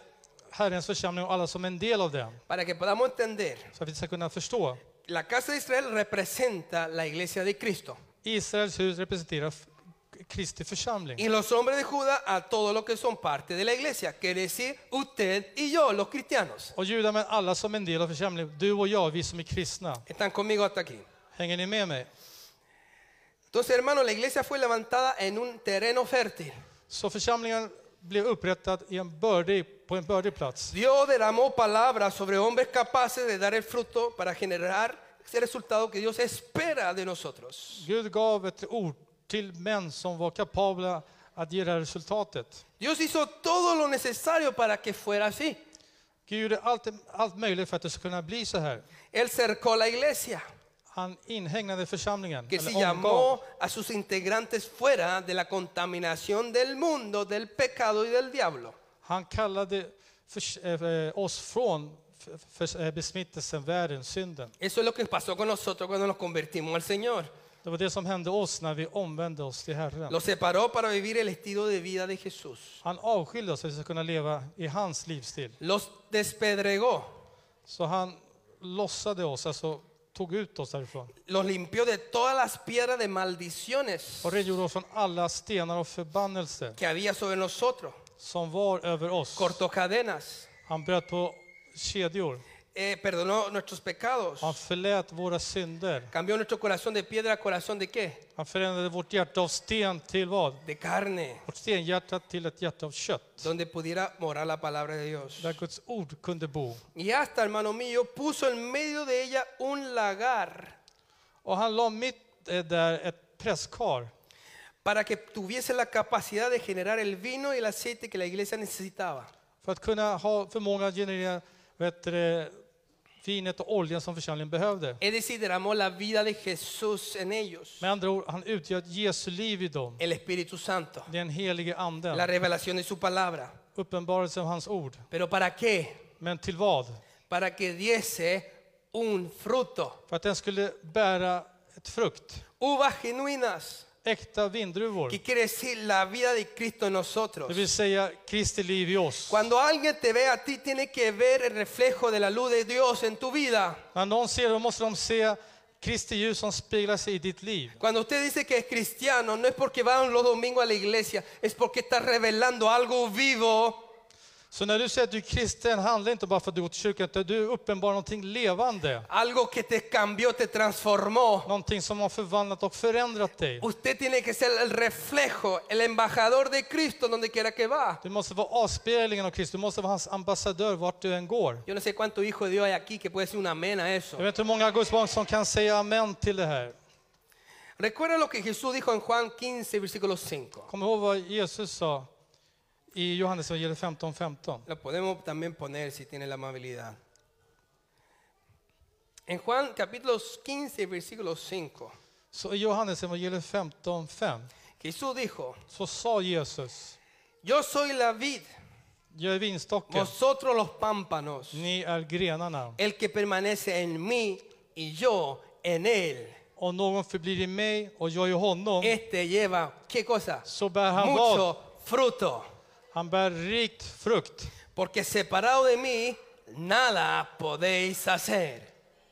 Speaker 2: Herrens församling och alla som är en del av den.
Speaker 1: Para que podamos entender,
Speaker 2: Så att vi ska kunna förstå.
Speaker 1: la casa de Israel representa la iglesia de Cristo.
Speaker 2: Israels hus representerar f- Kristi församling.
Speaker 1: Y los hombres de Judá a todos los que son parte de la iglesia, que decir usted y yo, los cristianos.
Speaker 2: Och judamän, alla som är en del av församlingen. Du och jag, vi som är kristna.
Speaker 1: Están conmigo hasta aquí.
Speaker 2: Hänger ni med mig?
Speaker 1: Entonces, hermano, la iglesia fue levantada en un terreno fértil.
Speaker 2: Så församlingen blev upprättad i en bördig, på en bördig plats.
Speaker 1: Dios derramó palabras sobre hombres capaces de dar el fruto para generar ese resultado que Dios espera de nosotros.
Speaker 2: Gud gav ett ord till män som var kapabla att ge det här resultatet.
Speaker 1: Dios hizo todo lo necesario para que fuera así.
Speaker 2: Gud gjorde allt, allt möjligt för att det skulle kunna bli så här.
Speaker 1: Él cercó la iglesia,
Speaker 2: Han inhägnade församlingen.
Speaker 1: que
Speaker 2: eller
Speaker 1: se
Speaker 2: omgav.
Speaker 1: llamó a sus integrantes fuera de la contaminación del mundo, del pecado y del diablo.
Speaker 2: Han kallade förs- eh, oss från f- förs- eh, besmittelsen, världen, synden.
Speaker 1: Eso es lo que pasó con nosotros cuando nos convertimos al Señor.
Speaker 2: Det var det som hände oss när vi omvände oss till Herren.
Speaker 1: Lo separó para vivir el estilo de vida de Jesús.
Speaker 2: Han avskilde oss för att vi ska kunna leva i hans livsstil.
Speaker 1: Los despedregó,
Speaker 2: Så han lossade oss, alltså tog ut oss därifrån.
Speaker 1: los limpió de todas las piedras de maldiciones
Speaker 2: och rengjorde oss från alla stenar och förbannelser
Speaker 1: que había sobre nosotros.
Speaker 2: som var över oss.
Speaker 1: Cortó cadenas,
Speaker 2: Han bröt på kedjor,
Speaker 1: eh, perdonó nuestros pecados,
Speaker 2: han förlät våra synder.
Speaker 1: cambió nuestro corazón de piedra a corazón de qué?
Speaker 2: Han förändrade vårt hjärta av sten till vad?
Speaker 1: De carne,
Speaker 2: Vårt stenhjärta till ett hjärta av kött,
Speaker 1: donde pudiera morar la palabra de Dios.
Speaker 2: där Guds ord kunde bo.
Speaker 1: Y hasta, hermano mío, puso en medio de ella un lagar
Speaker 2: Och han la mitt eh, där ett presskar
Speaker 1: para que tuviese la capacidad de generar el vino y el aceite que la iglesia necesitaba.
Speaker 2: för att kunna ha förmåga att generera vet du, det, vinet och oljan som församlingen behövde.
Speaker 1: Es decir, derramó la vida de Jesús en ellos,
Speaker 2: Med andra ord, han utgöt Jesu liv i dem.
Speaker 1: el Espíritu Santo,
Speaker 2: Den helige
Speaker 1: la
Speaker 2: anden,
Speaker 1: revelación de su palabra.
Speaker 2: uppenbarelsen av hans ord.
Speaker 1: ¿Pero para qué?
Speaker 2: Men till vad?
Speaker 1: Para que diese un fruto,
Speaker 2: För att den skulle bära ett frukt.
Speaker 1: uvas genuinas,
Speaker 2: Äkta vindruvor.
Speaker 1: que quiere decir la vida de Cristo en
Speaker 2: Det
Speaker 1: nosotros.
Speaker 2: vill säga Kristi liv i oss.
Speaker 1: Cuando alguien te ve a ti, tiene que ver el reflejo de la luz de Dios en tu vida.
Speaker 2: När någon ser det måste de se Kristi ljus som speglar sig i ditt liv.
Speaker 1: Cuando usted dice que es cristiano, no es porque va los domingos a la iglesia, es porque está revelando algo vivo
Speaker 2: Så när du säger att du är kristen handlar inte bara för att du går till kyrkan, utan du uppenbarar någonting levande.
Speaker 1: algo que te cambió, te transformó.
Speaker 2: Någonting som har förvandlat och förändrat dig.
Speaker 1: Usted tiene que ser el reflejo, el embajador de Cristo donde quiera que va.
Speaker 2: Du måste vara avspeglingen av Kristus, du måste vara hans ambassadör vart du än går.
Speaker 1: Yo no sé cuánto hijo de Dios hay aquí que puede decir un amén a eso.
Speaker 2: Jag vet inte hur många Guds barn som kan säga amen till det här.
Speaker 1: Recuerda lo que Jesús dijo en Juan 15, versículo 5.
Speaker 2: Kom ihåg vad Jesus sa i Johannes 15, 15.
Speaker 1: Lo podemos también poner si tiene la amabilidad. En Juan capítulo 15, versículo 5,
Speaker 2: Så i Johannes 15, 5
Speaker 1: Jesús dijo,
Speaker 2: så sa Jesus,
Speaker 1: yo soy la vid,
Speaker 2: jag är vinstocken,
Speaker 1: vosotros los pámpanos,
Speaker 2: ni är grenarna.
Speaker 1: el que permanece en mí y yo en él.
Speaker 2: Om någon förblir i mig och jag i honom,
Speaker 1: Este lleva, ¿qué cosa?
Speaker 2: Så bär han
Speaker 1: Mucho fruto,
Speaker 2: han bär rikt frukt.
Speaker 1: porque separado de mí, nada podéis hacer.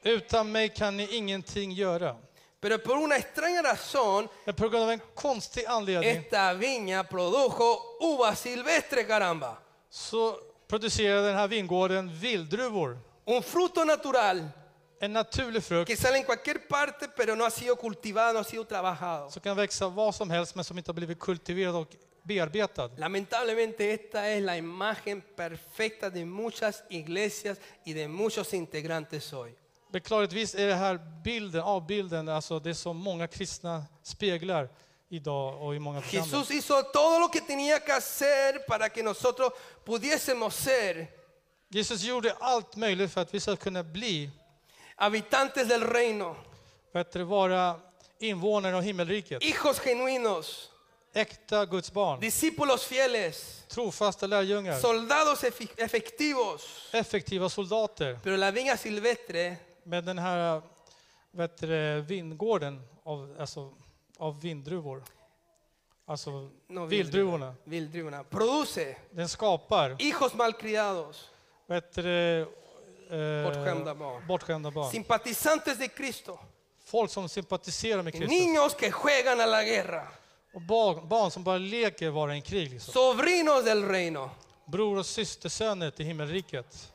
Speaker 2: Utan mig kan ni ingenting göra.
Speaker 1: Pero por una extraña razón,
Speaker 2: Men på grund av en konstig anledning
Speaker 1: Esta viña produjo uva silvestre, caramba.
Speaker 2: så producerar den här vingården vilddruvor.
Speaker 1: Un fruto natural
Speaker 2: En naturlig frukt
Speaker 1: que sale en cualquier parte, pero no ha sido cultivado, no ha sido trabajado.
Speaker 2: som kan växa var som helst men som inte har blivit kultiverad och bearbetad.
Speaker 1: Lamentablemente esta es la imagen perfecta de muchas iglesias y de muchos integrantes hoy.
Speaker 2: Beklagligtvis är det här bilden, avbilden, alltså det som många kristna speglar idag och i många församlingar.
Speaker 1: Jesús hizo todo lo que tenía que hacer para que nosotros pudiésemos ser
Speaker 2: Jesus gjorde allt möjligt för att vi ska kunna bli,
Speaker 1: habitantes del reino,
Speaker 2: bättre vara invånare av himmelriket.
Speaker 1: hijos genuinos,
Speaker 2: Äkta Guds barn,
Speaker 1: discípulos fieles,
Speaker 2: trofasta lärjungar,
Speaker 1: soldados efi- efectivos.
Speaker 2: effektiva soldater.
Speaker 1: Pero la viña silvestre
Speaker 2: Men den här vet du, det, vindgården av, alltså, av vinddruvor, alltså
Speaker 1: No,
Speaker 2: vilddruvorna,
Speaker 1: Vildruna produce
Speaker 2: den skapar
Speaker 1: hijos malcriados,
Speaker 2: vet du, det, eh,
Speaker 1: Bortskämda barn.
Speaker 2: bortskämda barn.
Speaker 1: simpatizantes de Cristo,
Speaker 2: Folk som sympatiserar med Kristus.
Speaker 1: niños que juegan a la guerra,
Speaker 2: Och barn, barn som bara leker vara en krig. Liksom.
Speaker 1: sobrinos del reino.
Speaker 2: Bror och systersöner till himmelriket.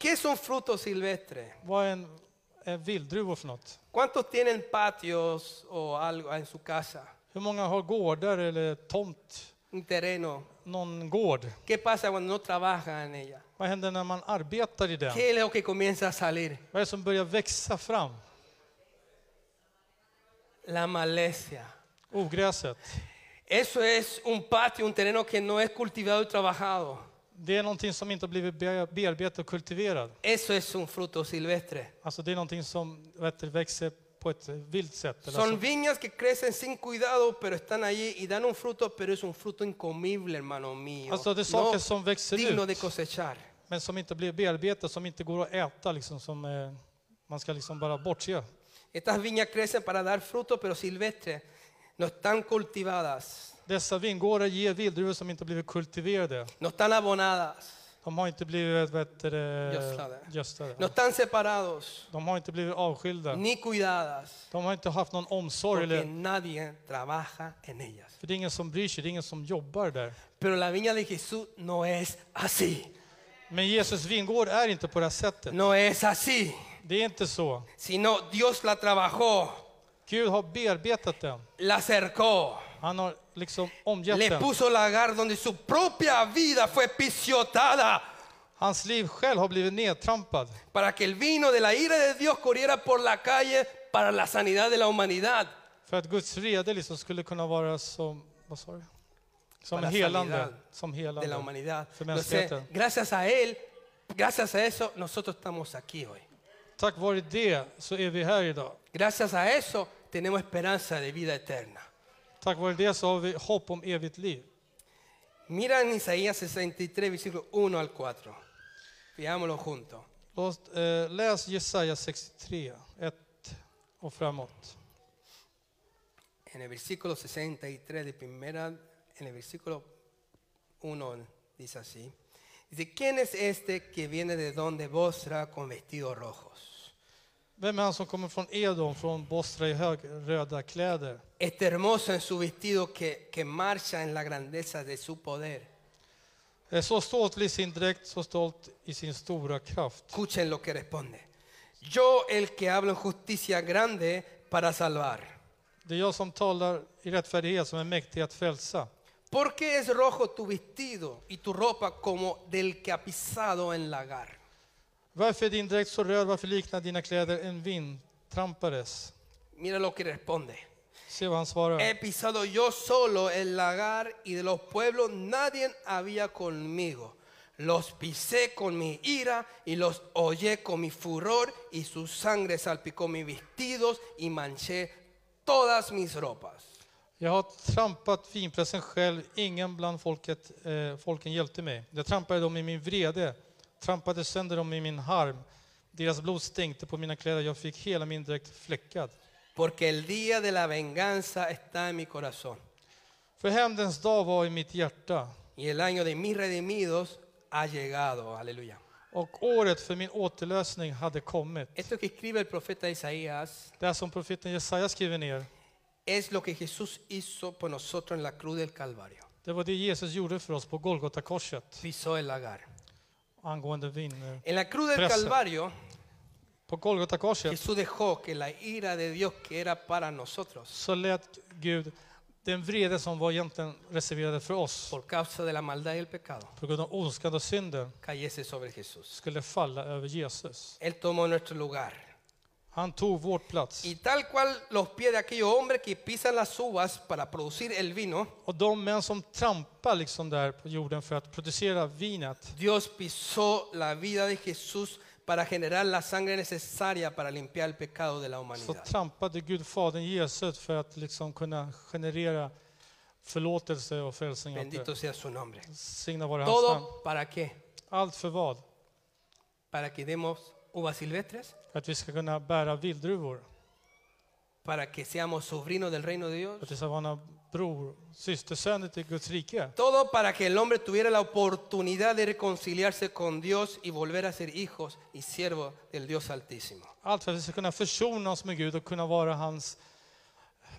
Speaker 1: ¿Qué son frutos silvestres?
Speaker 2: Vad är en, en vilddruva för något?
Speaker 1: ¿Cuántos tienen patios o algo en su casa?
Speaker 2: Hur många har gårdar eller tomt,
Speaker 1: Un terreno.
Speaker 2: någon gård?
Speaker 1: ¿Qué pasa cuando no trabajan en ella?
Speaker 2: Vad händer när man arbetar i den?
Speaker 1: ¿Qué es lo que comienza a salir?
Speaker 2: Vad är det som börjar växa fram?
Speaker 1: La malicia.
Speaker 2: Ogräset.
Speaker 1: Eso es un patio, un terreno que no es cultivado y trabajado.
Speaker 2: Det är någonting som inte har blivit be- bearbetat och kultiverat.
Speaker 1: Eso es un fruto silvestre.
Speaker 2: Alltså det är någonting som vet, du, växer på ett vilt sätt. Eller
Speaker 1: Son
Speaker 2: alltså,
Speaker 1: viñas que crecen sin cuidado, pero están allí y dan un fruto, pero es un fruto incomible, hermano mío.
Speaker 2: Alltså, det är
Speaker 1: no
Speaker 2: saker som växer
Speaker 1: digno
Speaker 2: ut.
Speaker 1: de cosechar.
Speaker 2: men som inte blir bearbetat, som inte går att äta, liksom, som eh, man ska liksom bara bortse.
Speaker 1: Estas viñas crecen para dar fruto, pero silvestres. No están cultivadas,
Speaker 2: Dessa vingårdar ger vilddruvor som inte blivit kultiverade.
Speaker 1: no están abonadas,
Speaker 2: De har inte blivit vet, du,
Speaker 1: Gödslade.
Speaker 2: eh, gödslade.
Speaker 1: no están separados,
Speaker 2: De har inte blivit avskilda.
Speaker 1: ni cuidadas,
Speaker 2: De har inte haft någon omsorg.
Speaker 1: porque
Speaker 2: Eller,
Speaker 1: nadie trabaja en ellas.
Speaker 2: för det är ingen som bryr sig, det är ingen som jobbar där.
Speaker 1: Pero la viña de Jesús no es así,
Speaker 2: Men Jesus vingård är inte på det här sättet.
Speaker 1: no es así,
Speaker 2: Det är inte så.
Speaker 1: sino Dios la trabajó,
Speaker 2: Gud har bearbetat den.
Speaker 1: la cercó.
Speaker 2: Han har liksom omgett
Speaker 1: le
Speaker 2: den.
Speaker 1: puso lagar donde su propia vida fue pisoteada
Speaker 2: Hans liv själv har blivit nedtrampad.
Speaker 1: para que el vino de la ira de Dios corriera por la calle para la sanidad de la humanidad.
Speaker 2: För att Guds vrede liksom skulle kunna vara som, vad sa du? Som
Speaker 1: Bara
Speaker 2: helande.
Speaker 1: sanidad
Speaker 2: Som
Speaker 1: De la
Speaker 2: helande.
Speaker 1: humanidad.
Speaker 2: För
Speaker 1: Entonces,
Speaker 2: mänskligheten.
Speaker 1: gracias a Él, gracias a eso, nosotros estamos aquí hoy.
Speaker 2: Tack vare det så är vi här idag.
Speaker 1: Gracias a eso, tenemos esperanza de vida eterna.
Speaker 2: Tack vare det så har vi hopp om evigt liv.
Speaker 1: Mira en Isaías 63, versículo 1 al 4. Veámoslo juntos.
Speaker 2: Låt, eh, läs Jesaja 63, 1 och framåt.
Speaker 1: En el versículo 63 de primera, en el versículo 1 dice así. Dice, ¿quién es este que viene de donde vosra con vestidos rojos?
Speaker 2: Vem är han som kommer från Edom, från Bosra i högröda kläder?
Speaker 1: Este hermoso en su vestido que, que marcha en la grandeza de su poder.
Speaker 2: Eh, Så stolt i sin dräkt, så stolt i sin stora kraft.
Speaker 1: Escuchen lo que responde. Yo el que hablo en justicia grande para salvar.
Speaker 2: Det är jag som talar i rättfärdighet, som är mäktig att frälsa.
Speaker 1: ¿Por qué es rojo tu vestido y tu ropa como del que ha pisado en lagar?
Speaker 2: Varför är din dräkt så röd? Varför liknar dina kläder en vindtrampares?
Speaker 1: Mira lo que responde.
Speaker 2: Se vad han svarar.
Speaker 1: He pisado yo solo el lagar y de los pueblos nadie había conmigo. Los pisé con mi ira y los hollé con mi furor y su sangre salpicó mis vestidos y manché todas mis ropas.
Speaker 2: Jag har trampat vinpressen själv, ingen bland folket, eh, folken hjälpte mig. Jag trampade dem i min vrede, trampade sönder dem i min harm. Deras blod stänkte på mina kläder, jag fick hela min dräkt fläckad.
Speaker 1: Porque el día de la venganza está en mi corazón
Speaker 2: För hämndens dag var i mitt hjärta
Speaker 1: y el año de mis redimidos ha llegado. Aleluya.
Speaker 2: och året för min återlösning hade kommit.
Speaker 1: Esto que escribe el profeta Isaías
Speaker 2: Det här som profeten Jesaja skriver ner,
Speaker 1: es lo que Jesús hizo por nosotros en la cruz del Calvario.
Speaker 2: det var det Jesus gjorde för oss på Golgata-korset
Speaker 1: Pisó el lagar.
Speaker 2: angående vin.
Speaker 1: En la cruz del
Speaker 2: Presa.
Speaker 1: Calvario,
Speaker 2: På Golgata-korset
Speaker 1: Jesús dejó que la ira de Dios que era para nosotros,
Speaker 2: så lät Gud den vrede som var egentligen reserverade för oss
Speaker 1: por causa de la maldad y el pecado,
Speaker 2: på grund av ondskan och synden
Speaker 1: cayese sobre Jesús.
Speaker 2: skulle falla över Jesus.
Speaker 1: Él tomó nuestro lugar.
Speaker 2: Han tog vår plats.
Speaker 1: Y tal cual los pies de aquellos hombres que pisan las uvas para producir el vino,
Speaker 2: Och de män som trampar liksom där på jorden för att producera vinet,
Speaker 1: Dios pisó la vida de Jesús para generar la sangre necesaria para limpiar el pecado de la
Speaker 2: så
Speaker 1: humanidad.
Speaker 2: trampade Gud Fadern Jesus för att liksom kunna generera förlåtelse och frälsning. åt er.
Speaker 1: Bendito sea su nombre.
Speaker 2: Signa vare hans namn.
Speaker 1: ¿Todo para qué?
Speaker 2: Allt för vad?
Speaker 1: Para que demos uvas silvestres,
Speaker 2: För att vi ska kunna bära vilddruvor.
Speaker 1: para que seamos sobrinos del reino de Dios.
Speaker 2: För att vi ska vara bror, systersöner till Guds rike.
Speaker 1: Todo para que el hombre tuviera la oportunidad de reconciliarse con Dios y volver a ser hijos y siervos del Dios Altísimo.
Speaker 2: Allt för att vi ska kunna försona oss med Gud och kunna vara hans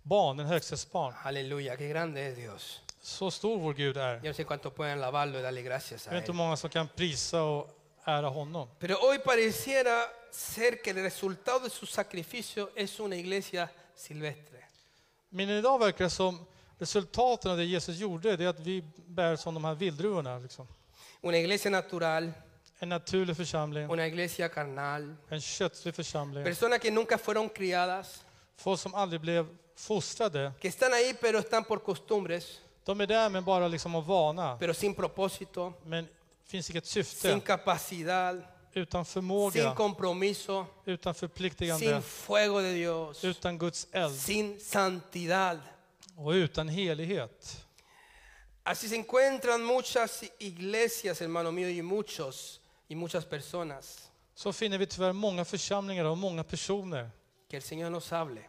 Speaker 2: barn, den högstes barn.
Speaker 1: Aleluya, qué grande es Dios.
Speaker 2: Så stor vår Gud är.
Speaker 1: Yo no sé cuántos pueden alabarlo y darle gracias
Speaker 2: Jag
Speaker 1: a
Speaker 2: vet inte hur
Speaker 1: Él.
Speaker 2: många som kan prisa och ära honom.
Speaker 1: Pero hoy pareciera ser que el resultado de su sacrificio es una iglesia silvestre.
Speaker 2: Men idag verkar det som resultaten av det Jesus gjorde, det är att vi bär som de här vilddruvorna. Liksom.
Speaker 1: Una iglesia natural,
Speaker 2: En naturlig församling,
Speaker 1: una iglesia carnal,
Speaker 2: en köttslig församling.
Speaker 1: personas que nunca fueron criadas,
Speaker 2: Folk som aldrig blev fostrade,
Speaker 1: que están ahí pero están por costumbres,
Speaker 2: de är där men bara liksom av vana.
Speaker 1: pero sin propósito,
Speaker 2: Men finns inget
Speaker 1: sin
Speaker 2: syfte,
Speaker 1: capacidad,
Speaker 2: utan
Speaker 1: sin
Speaker 2: förmåga,
Speaker 1: compromiso.
Speaker 2: utan
Speaker 1: sin
Speaker 2: förpliktigande,
Speaker 1: fuego de Dios,
Speaker 2: utan Guds eld
Speaker 1: sin santidad.
Speaker 2: och utan helighet.
Speaker 1: Así se encuentran muchas iglesias, hermano mío, y muchos y muchas personas.
Speaker 2: Så finner vi tyvärr många församlingar och många personer.
Speaker 1: Que el Señor nos hable.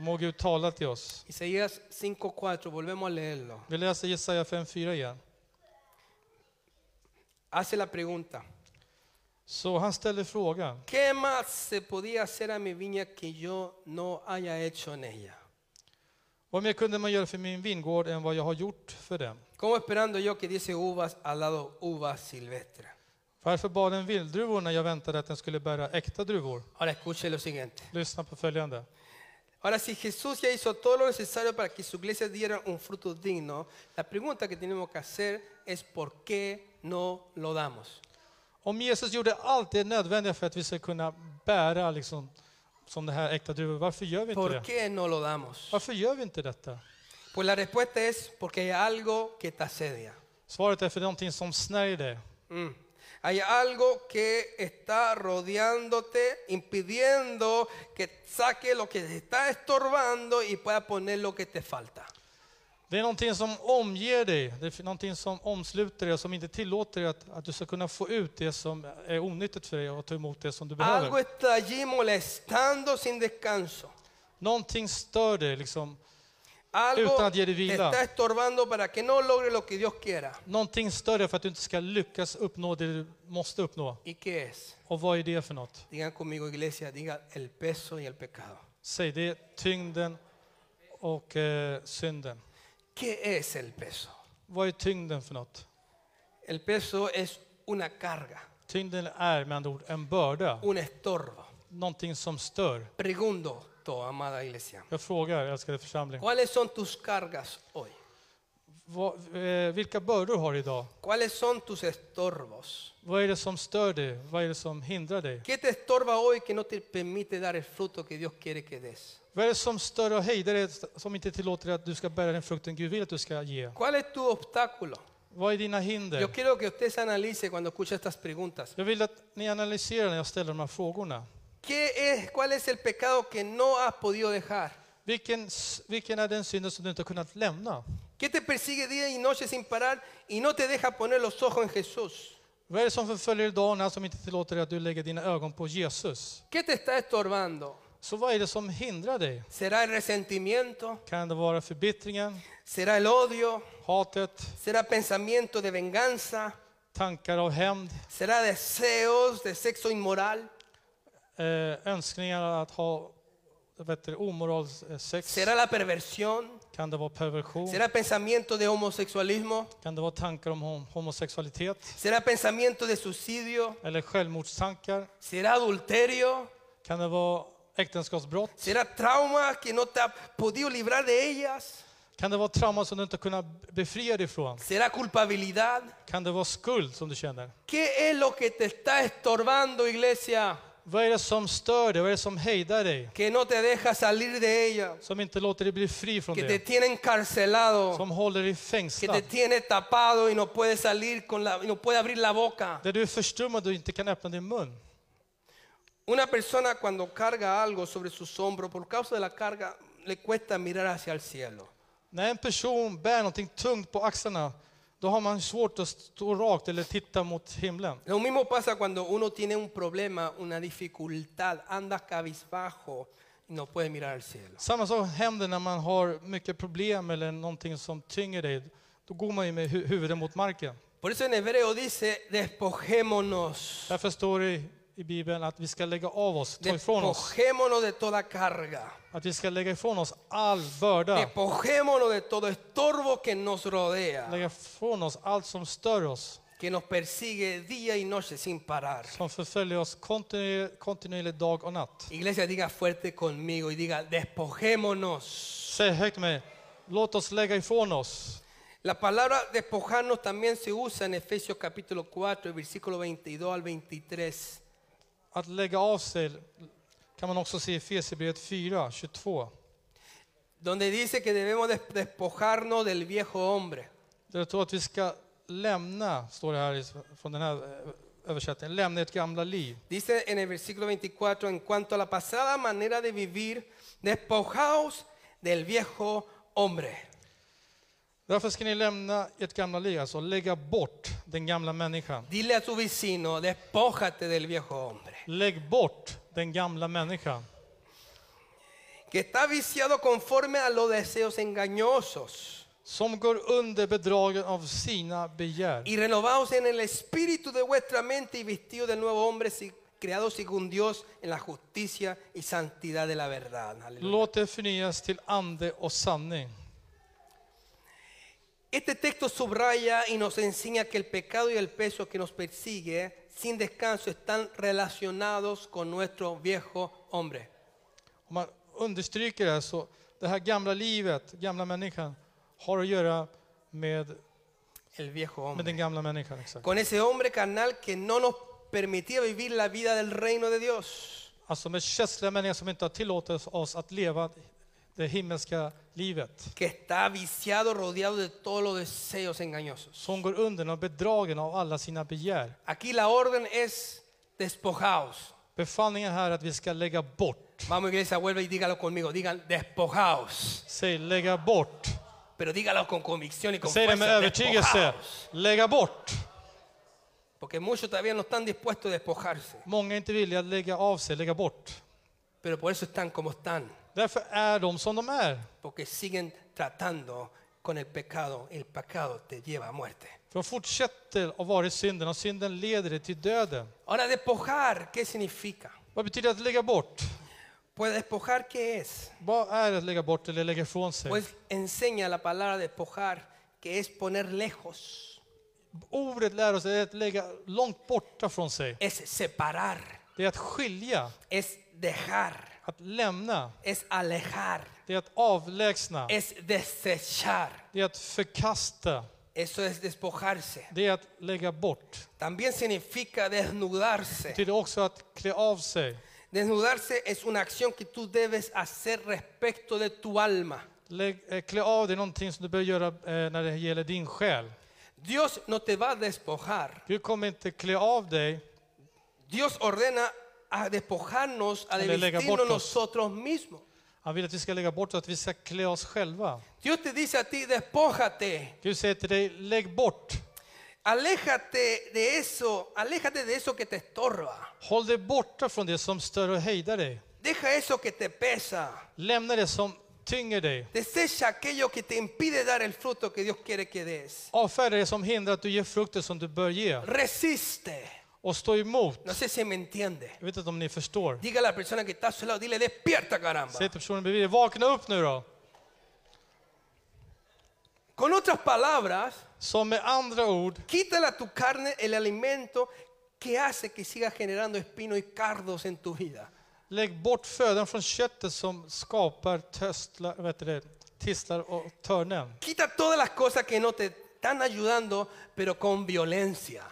Speaker 2: Må Gud tala till oss.
Speaker 1: Isaías 5:4, volvemos a leerlo.
Speaker 2: Vi läser Jesaja 5.4 igen.
Speaker 1: Hace la pregunta,
Speaker 2: Så han ställer frågan.
Speaker 1: ¿qué más se podía hacer a mi viña que yo no haya hecho en ella?
Speaker 2: Vad mer kunde man göra för min vingård än vad jag har gjort för den?
Speaker 1: ¿Cómo esperando yo que diese uvas al lado uvas silvestres?
Speaker 2: Varför bad den vilddruvor när jag väntade att den skulle bära äkta druvor?
Speaker 1: Ahora escuche lo siguiente.
Speaker 2: Lyssna på följande.
Speaker 1: Ahora, si Jesús ya hizo todo lo necesario para que su iglesia diera un fruto digno, la pregunta que tenemos que hacer es ¿por qué no lo damos?
Speaker 2: Om Jesus gjorde allt det nödvändiga för att vi ska kunna bära liksom, som det här äkta druvor, varför gör vi inte
Speaker 1: ¿Por
Speaker 2: det?
Speaker 1: qué no lo damos?
Speaker 2: Varför gör vi inte detta?
Speaker 1: Pues la respuesta es porque hay algo que te asedia.
Speaker 2: Svaret är för någonting som snärjer dig.
Speaker 1: Mm. Hay algo que está rodeándote, impidiendo que saque lo que te está estorbando y pueda poner lo que te falta.
Speaker 2: Det är någonting som omger dig, det är någonting som omsluter dig och som inte tillåter dig att, att du ska kunna få ut det som är onyttigt för dig och ta emot det som du
Speaker 1: Algo
Speaker 2: behöver.
Speaker 1: está allí molestando sin descanso.
Speaker 2: Någonting stör dig, liksom,
Speaker 1: Algo
Speaker 2: Utan att ge dig
Speaker 1: te
Speaker 2: vila.
Speaker 1: está estorbando para que no logre lo que Dios quiera.
Speaker 2: Någonting större för att du inte ska lyckas uppnå det du måste uppnå.
Speaker 1: ¿Y qué es?
Speaker 2: Och vad är det för något?
Speaker 1: Digan conmigo, iglesia, diga el peso y el pecado.
Speaker 2: Säg det, är tyngden och eh, synden.
Speaker 1: ¿Qué es el peso?
Speaker 2: Vad är tyngden för något?
Speaker 1: El peso es una carga,
Speaker 2: Tyngden är med andra ord en börda,
Speaker 1: un estorbo.
Speaker 2: någonting som stör.
Speaker 1: Pregunto, tu amada iglesia,
Speaker 2: Jag frågar, älskade församling,
Speaker 1: ¿cuáles son tus cargas hoy?
Speaker 2: vad, eh, vilka bördor har du idag?
Speaker 1: ¿Cuáles son tus estorbos?
Speaker 2: Vad är det som stör dig? Vad är det som hindrar dig?
Speaker 1: ¿Qué te estorba hoy que no te permite dar el fruto que Dios quiere que des?
Speaker 2: Vad är det som stör och hejdar dig som inte tillåter dig att du ska bära den frukten Gud vill att du ska ge?
Speaker 1: ¿Cuál es tu obstáculo?
Speaker 2: Vad är dina
Speaker 1: Yo
Speaker 2: hinder?
Speaker 1: quiero que usted se analice cuando escucha estas preguntas.
Speaker 2: Jag vill att ni analyserar när jag ställer de här frågorna.
Speaker 1: ¿Qué es, ¿Cuál es el pecado que no has podido dejar?
Speaker 2: Vilken, s- vilken är den synden som du inte har kunnat lämna?
Speaker 1: ¿Qué te persigue día y noche sin parar y no te deja poner los ojos en Jesús?
Speaker 2: Vad är det som förföljer dig idag när som inte tillåter dig att du lägger dina ögon på Jesus?
Speaker 1: ¿Qué te está estorbando?
Speaker 2: Så vad är det som hindrar dig?
Speaker 1: ¿Será el resentimiento?
Speaker 2: Kan det vara förbittringen,
Speaker 1: ¿Será el odio?
Speaker 2: hatet,
Speaker 1: ¿Será pensamiento de venganza?
Speaker 2: tankar av hämnd,
Speaker 1: ¿Será deseos de sexo inmoral?
Speaker 2: eh, önskningar att ha vet du, omorals eh, sex?
Speaker 1: ¿Será la perversión?
Speaker 2: Kan det vara perversion?
Speaker 1: ¿Será pensamiento de homosexualismo?
Speaker 2: Kan det vara tankar om hom- homosexualitet?
Speaker 1: ¿Será pensamiento de suicidio?
Speaker 2: Eller självmordstankar?
Speaker 1: ¿Será adulterio?
Speaker 2: Kan det vara äktenskapsbrott?
Speaker 1: ¿Será trauma que no te ha podido librar de ellas?
Speaker 2: Kan det vara trauma som du inte kunnat befria dig ifrån?
Speaker 1: ¿Será culpabilidad?
Speaker 2: Kan det vara skuld som du känner?
Speaker 1: ¿Qué es lo que te está estorbando, iglesia?
Speaker 2: Vad är det som stör dig? Vad är det som hejdar dig?
Speaker 1: Que no te deja salir de ella.
Speaker 2: Som inte låter dig bli fri från
Speaker 1: Que te
Speaker 2: det?
Speaker 1: tiene encarcelado.
Speaker 2: Som håller dig
Speaker 1: Que te
Speaker 2: fängslad?
Speaker 1: tiene tapado y no puede salir con la, y no puede abrir la boca.
Speaker 2: Där du är förstummad och inte kan öppna din mun?
Speaker 1: Una persona cuando carga algo sobre sus hombros, por causa de la carga, le cuesta mirar hacia el cielo.
Speaker 2: När en person bär någonting tungt på axlarna, då har man svårt att stå rakt eller titta mot himlen.
Speaker 1: Lo mismo pasa cuando uno tiene un problema, una dificultad, anda cabizbajo y no puede mirar al cielo.
Speaker 2: Samma sak händer när man har mycket problem eller någonting som tynger dig. Då går man ju med hu- huvudet mot marken.
Speaker 1: Por eso en hebreo dice, despojémonos,
Speaker 2: Därför står det i- i Bibeln att vi ska lägga av oss, ta ifrån oss.
Speaker 1: despojémonos de toda carga,
Speaker 2: Att vi ska lägga ifrån oss all börda.
Speaker 1: despojémonos de todo estorbo que nos rodea,
Speaker 2: Lägga ifrån oss allt som stör oss,
Speaker 1: que nos persigue día y noche sin parar.
Speaker 2: som förföljer oss kontinuer- kontinuerligt dag och natt.
Speaker 1: Iglesia, diga fuerte conmigo y diga, despojémonos.
Speaker 2: Säg högt med mig, låt oss lägga ifrån oss.
Speaker 1: La palabra despojarnos también se usa en Efesios capítulo 4, versículo 22 al 23.
Speaker 2: Att lägga av sig kan man också se i Efesierbrevet 4, 22.
Speaker 1: donde dice que debemos des- despojarnos del viejo hombre,
Speaker 2: Där det står att vi ska lämna, står det här i- från den här eh, översättningen, lämna ert gamla liv.
Speaker 1: Dice en el versículo 24, en cuanto a la pasada manera de vivir, despojaos del viejo hombre.
Speaker 2: Därför ska ni lämna ert gamla liv, alltså lägga bort den gamla människan.
Speaker 1: Dile a tu vecino, despójate del viejo hombre,
Speaker 2: Lägg bort den gamla människan
Speaker 1: que está viciado conforme a los deseos engañosos,
Speaker 2: som går under bedragen av sina begär.
Speaker 1: y renovaos en el espíritu de vuestra mente y vestido del nuevo hombre, si- creado según Dios en la justicia y santidad de la verdad. Aleluya.
Speaker 2: Låt er förnyas till ande och sanning.
Speaker 1: Este texto subraya y nos enseña que el pecado y el peso que nos persigue sin descanso están relacionados con nuestro viejo hombre.
Speaker 2: Om man understryker det här så, det här gamla livet, gamla människan, har att göra med,
Speaker 1: El viejo
Speaker 2: med
Speaker 1: hombre.
Speaker 2: den gamla människan. Exakt.
Speaker 1: Con ese hombre carnal que no nos permitía vivir la vida del reino de Dios.
Speaker 2: Alltså med kötsliga människor som inte har tillåtit oss att leva det himmelska livet.
Speaker 1: Que está viciado, rodeado de todos los deseos engañosos.
Speaker 2: Som går under och bedragen av alla sina begär.
Speaker 1: Aquí la orden es despojaos.
Speaker 2: Befallningen här är att vi ska lägga bort.
Speaker 1: Vamos iglesia, vuelve y dígalo conmigo. Digan despojaos.
Speaker 2: Säg lägga bort.
Speaker 1: Pero dígalo con convicción y con
Speaker 2: Säg det med
Speaker 1: fuerza.
Speaker 2: övertygelse.
Speaker 1: "Despojaos".
Speaker 2: Lägga bort.
Speaker 1: Porque muchos todavía no están dispuestos a despojarse.
Speaker 2: Många är inte villiga att lägga av sig, lägga bort.
Speaker 1: Pero por eso están como están.
Speaker 2: Därför är de som de är.
Speaker 1: Porque siguen tratando con el pecado. El pecado te lleva a muerte.
Speaker 2: För de fortsätter att vara i synden och synden leder det till döden.
Speaker 1: Ahora, despojar, ¿qué significa?
Speaker 2: Vad betyder att lägga bort?
Speaker 1: Pues despojar, ¿qué es?
Speaker 2: Vad är att lägga bort eller lägga ifrån sig?
Speaker 1: Pues enseña la palabra despojar, que es poner lejos,
Speaker 2: Ordet lär oss är att lägga långt borta från sig.
Speaker 1: es separar,
Speaker 2: Det är att skilja,
Speaker 1: es dejar,
Speaker 2: att lämna,
Speaker 1: es alejar,
Speaker 2: det är att avlägsna,
Speaker 1: es desechar.
Speaker 2: det är att förkasta,
Speaker 1: Eso es despojarse.
Speaker 2: det är att lägga bort.
Speaker 1: También significa desnudarse.
Speaker 2: betyder också att klä av sig.
Speaker 1: Desnudarse es una acción que tú debes hacer respecto de tu alma.
Speaker 2: Lägg, eh, klä av dig någonting som du bör göra eh, när det gäller din själ.
Speaker 1: Dios no te va a despojar.
Speaker 2: Gud kommer inte klä av dig,
Speaker 1: Dios ordena a despojarnos, a
Speaker 2: Dale, lega,
Speaker 1: desvestirnos
Speaker 2: portos.
Speaker 1: nosotros mismos.
Speaker 2: han vill att vi ska lägga bort och att vi ska klä oss själva.
Speaker 1: Dios te dice a ti, despójate,
Speaker 2: Gud säger till dig, lägg bort.
Speaker 1: aléjate de eso, aléjate de eso que te estorba.
Speaker 2: Håll dig borta från det som stör och hejdar dig.
Speaker 1: Deja eso que te pesa.
Speaker 2: Lämna det som tynger dig.
Speaker 1: Desecha aquello que te impide dar el fruto que Dios quiere que des.
Speaker 2: Avfärda det som hindrar att du ger frukter som du bör ge.
Speaker 1: Resiste.
Speaker 2: Och stå emot.
Speaker 1: No sé si me entiende.
Speaker 2: Jag vet inte om ni förstår.
Speaker 1: Diga a la persona que está a su lado, dile, despierta caramba.
Speaker 2: Säg till personen bredvid dig, vakna upp nu då.
Speaker 1: Con otras palabras,
Speaker 2: Som med andra ord,
Speaker 1: quítale a tu carne el alimento que hace que siga generando espinos y cardos en tu vida.
Speaker 2: Lägg bort födan från köttet som skapar töstlar, vad heter det, tistlar och törnen.
Speaker 1: Quita todas las cosas que no te están ayudando, pero con violencia.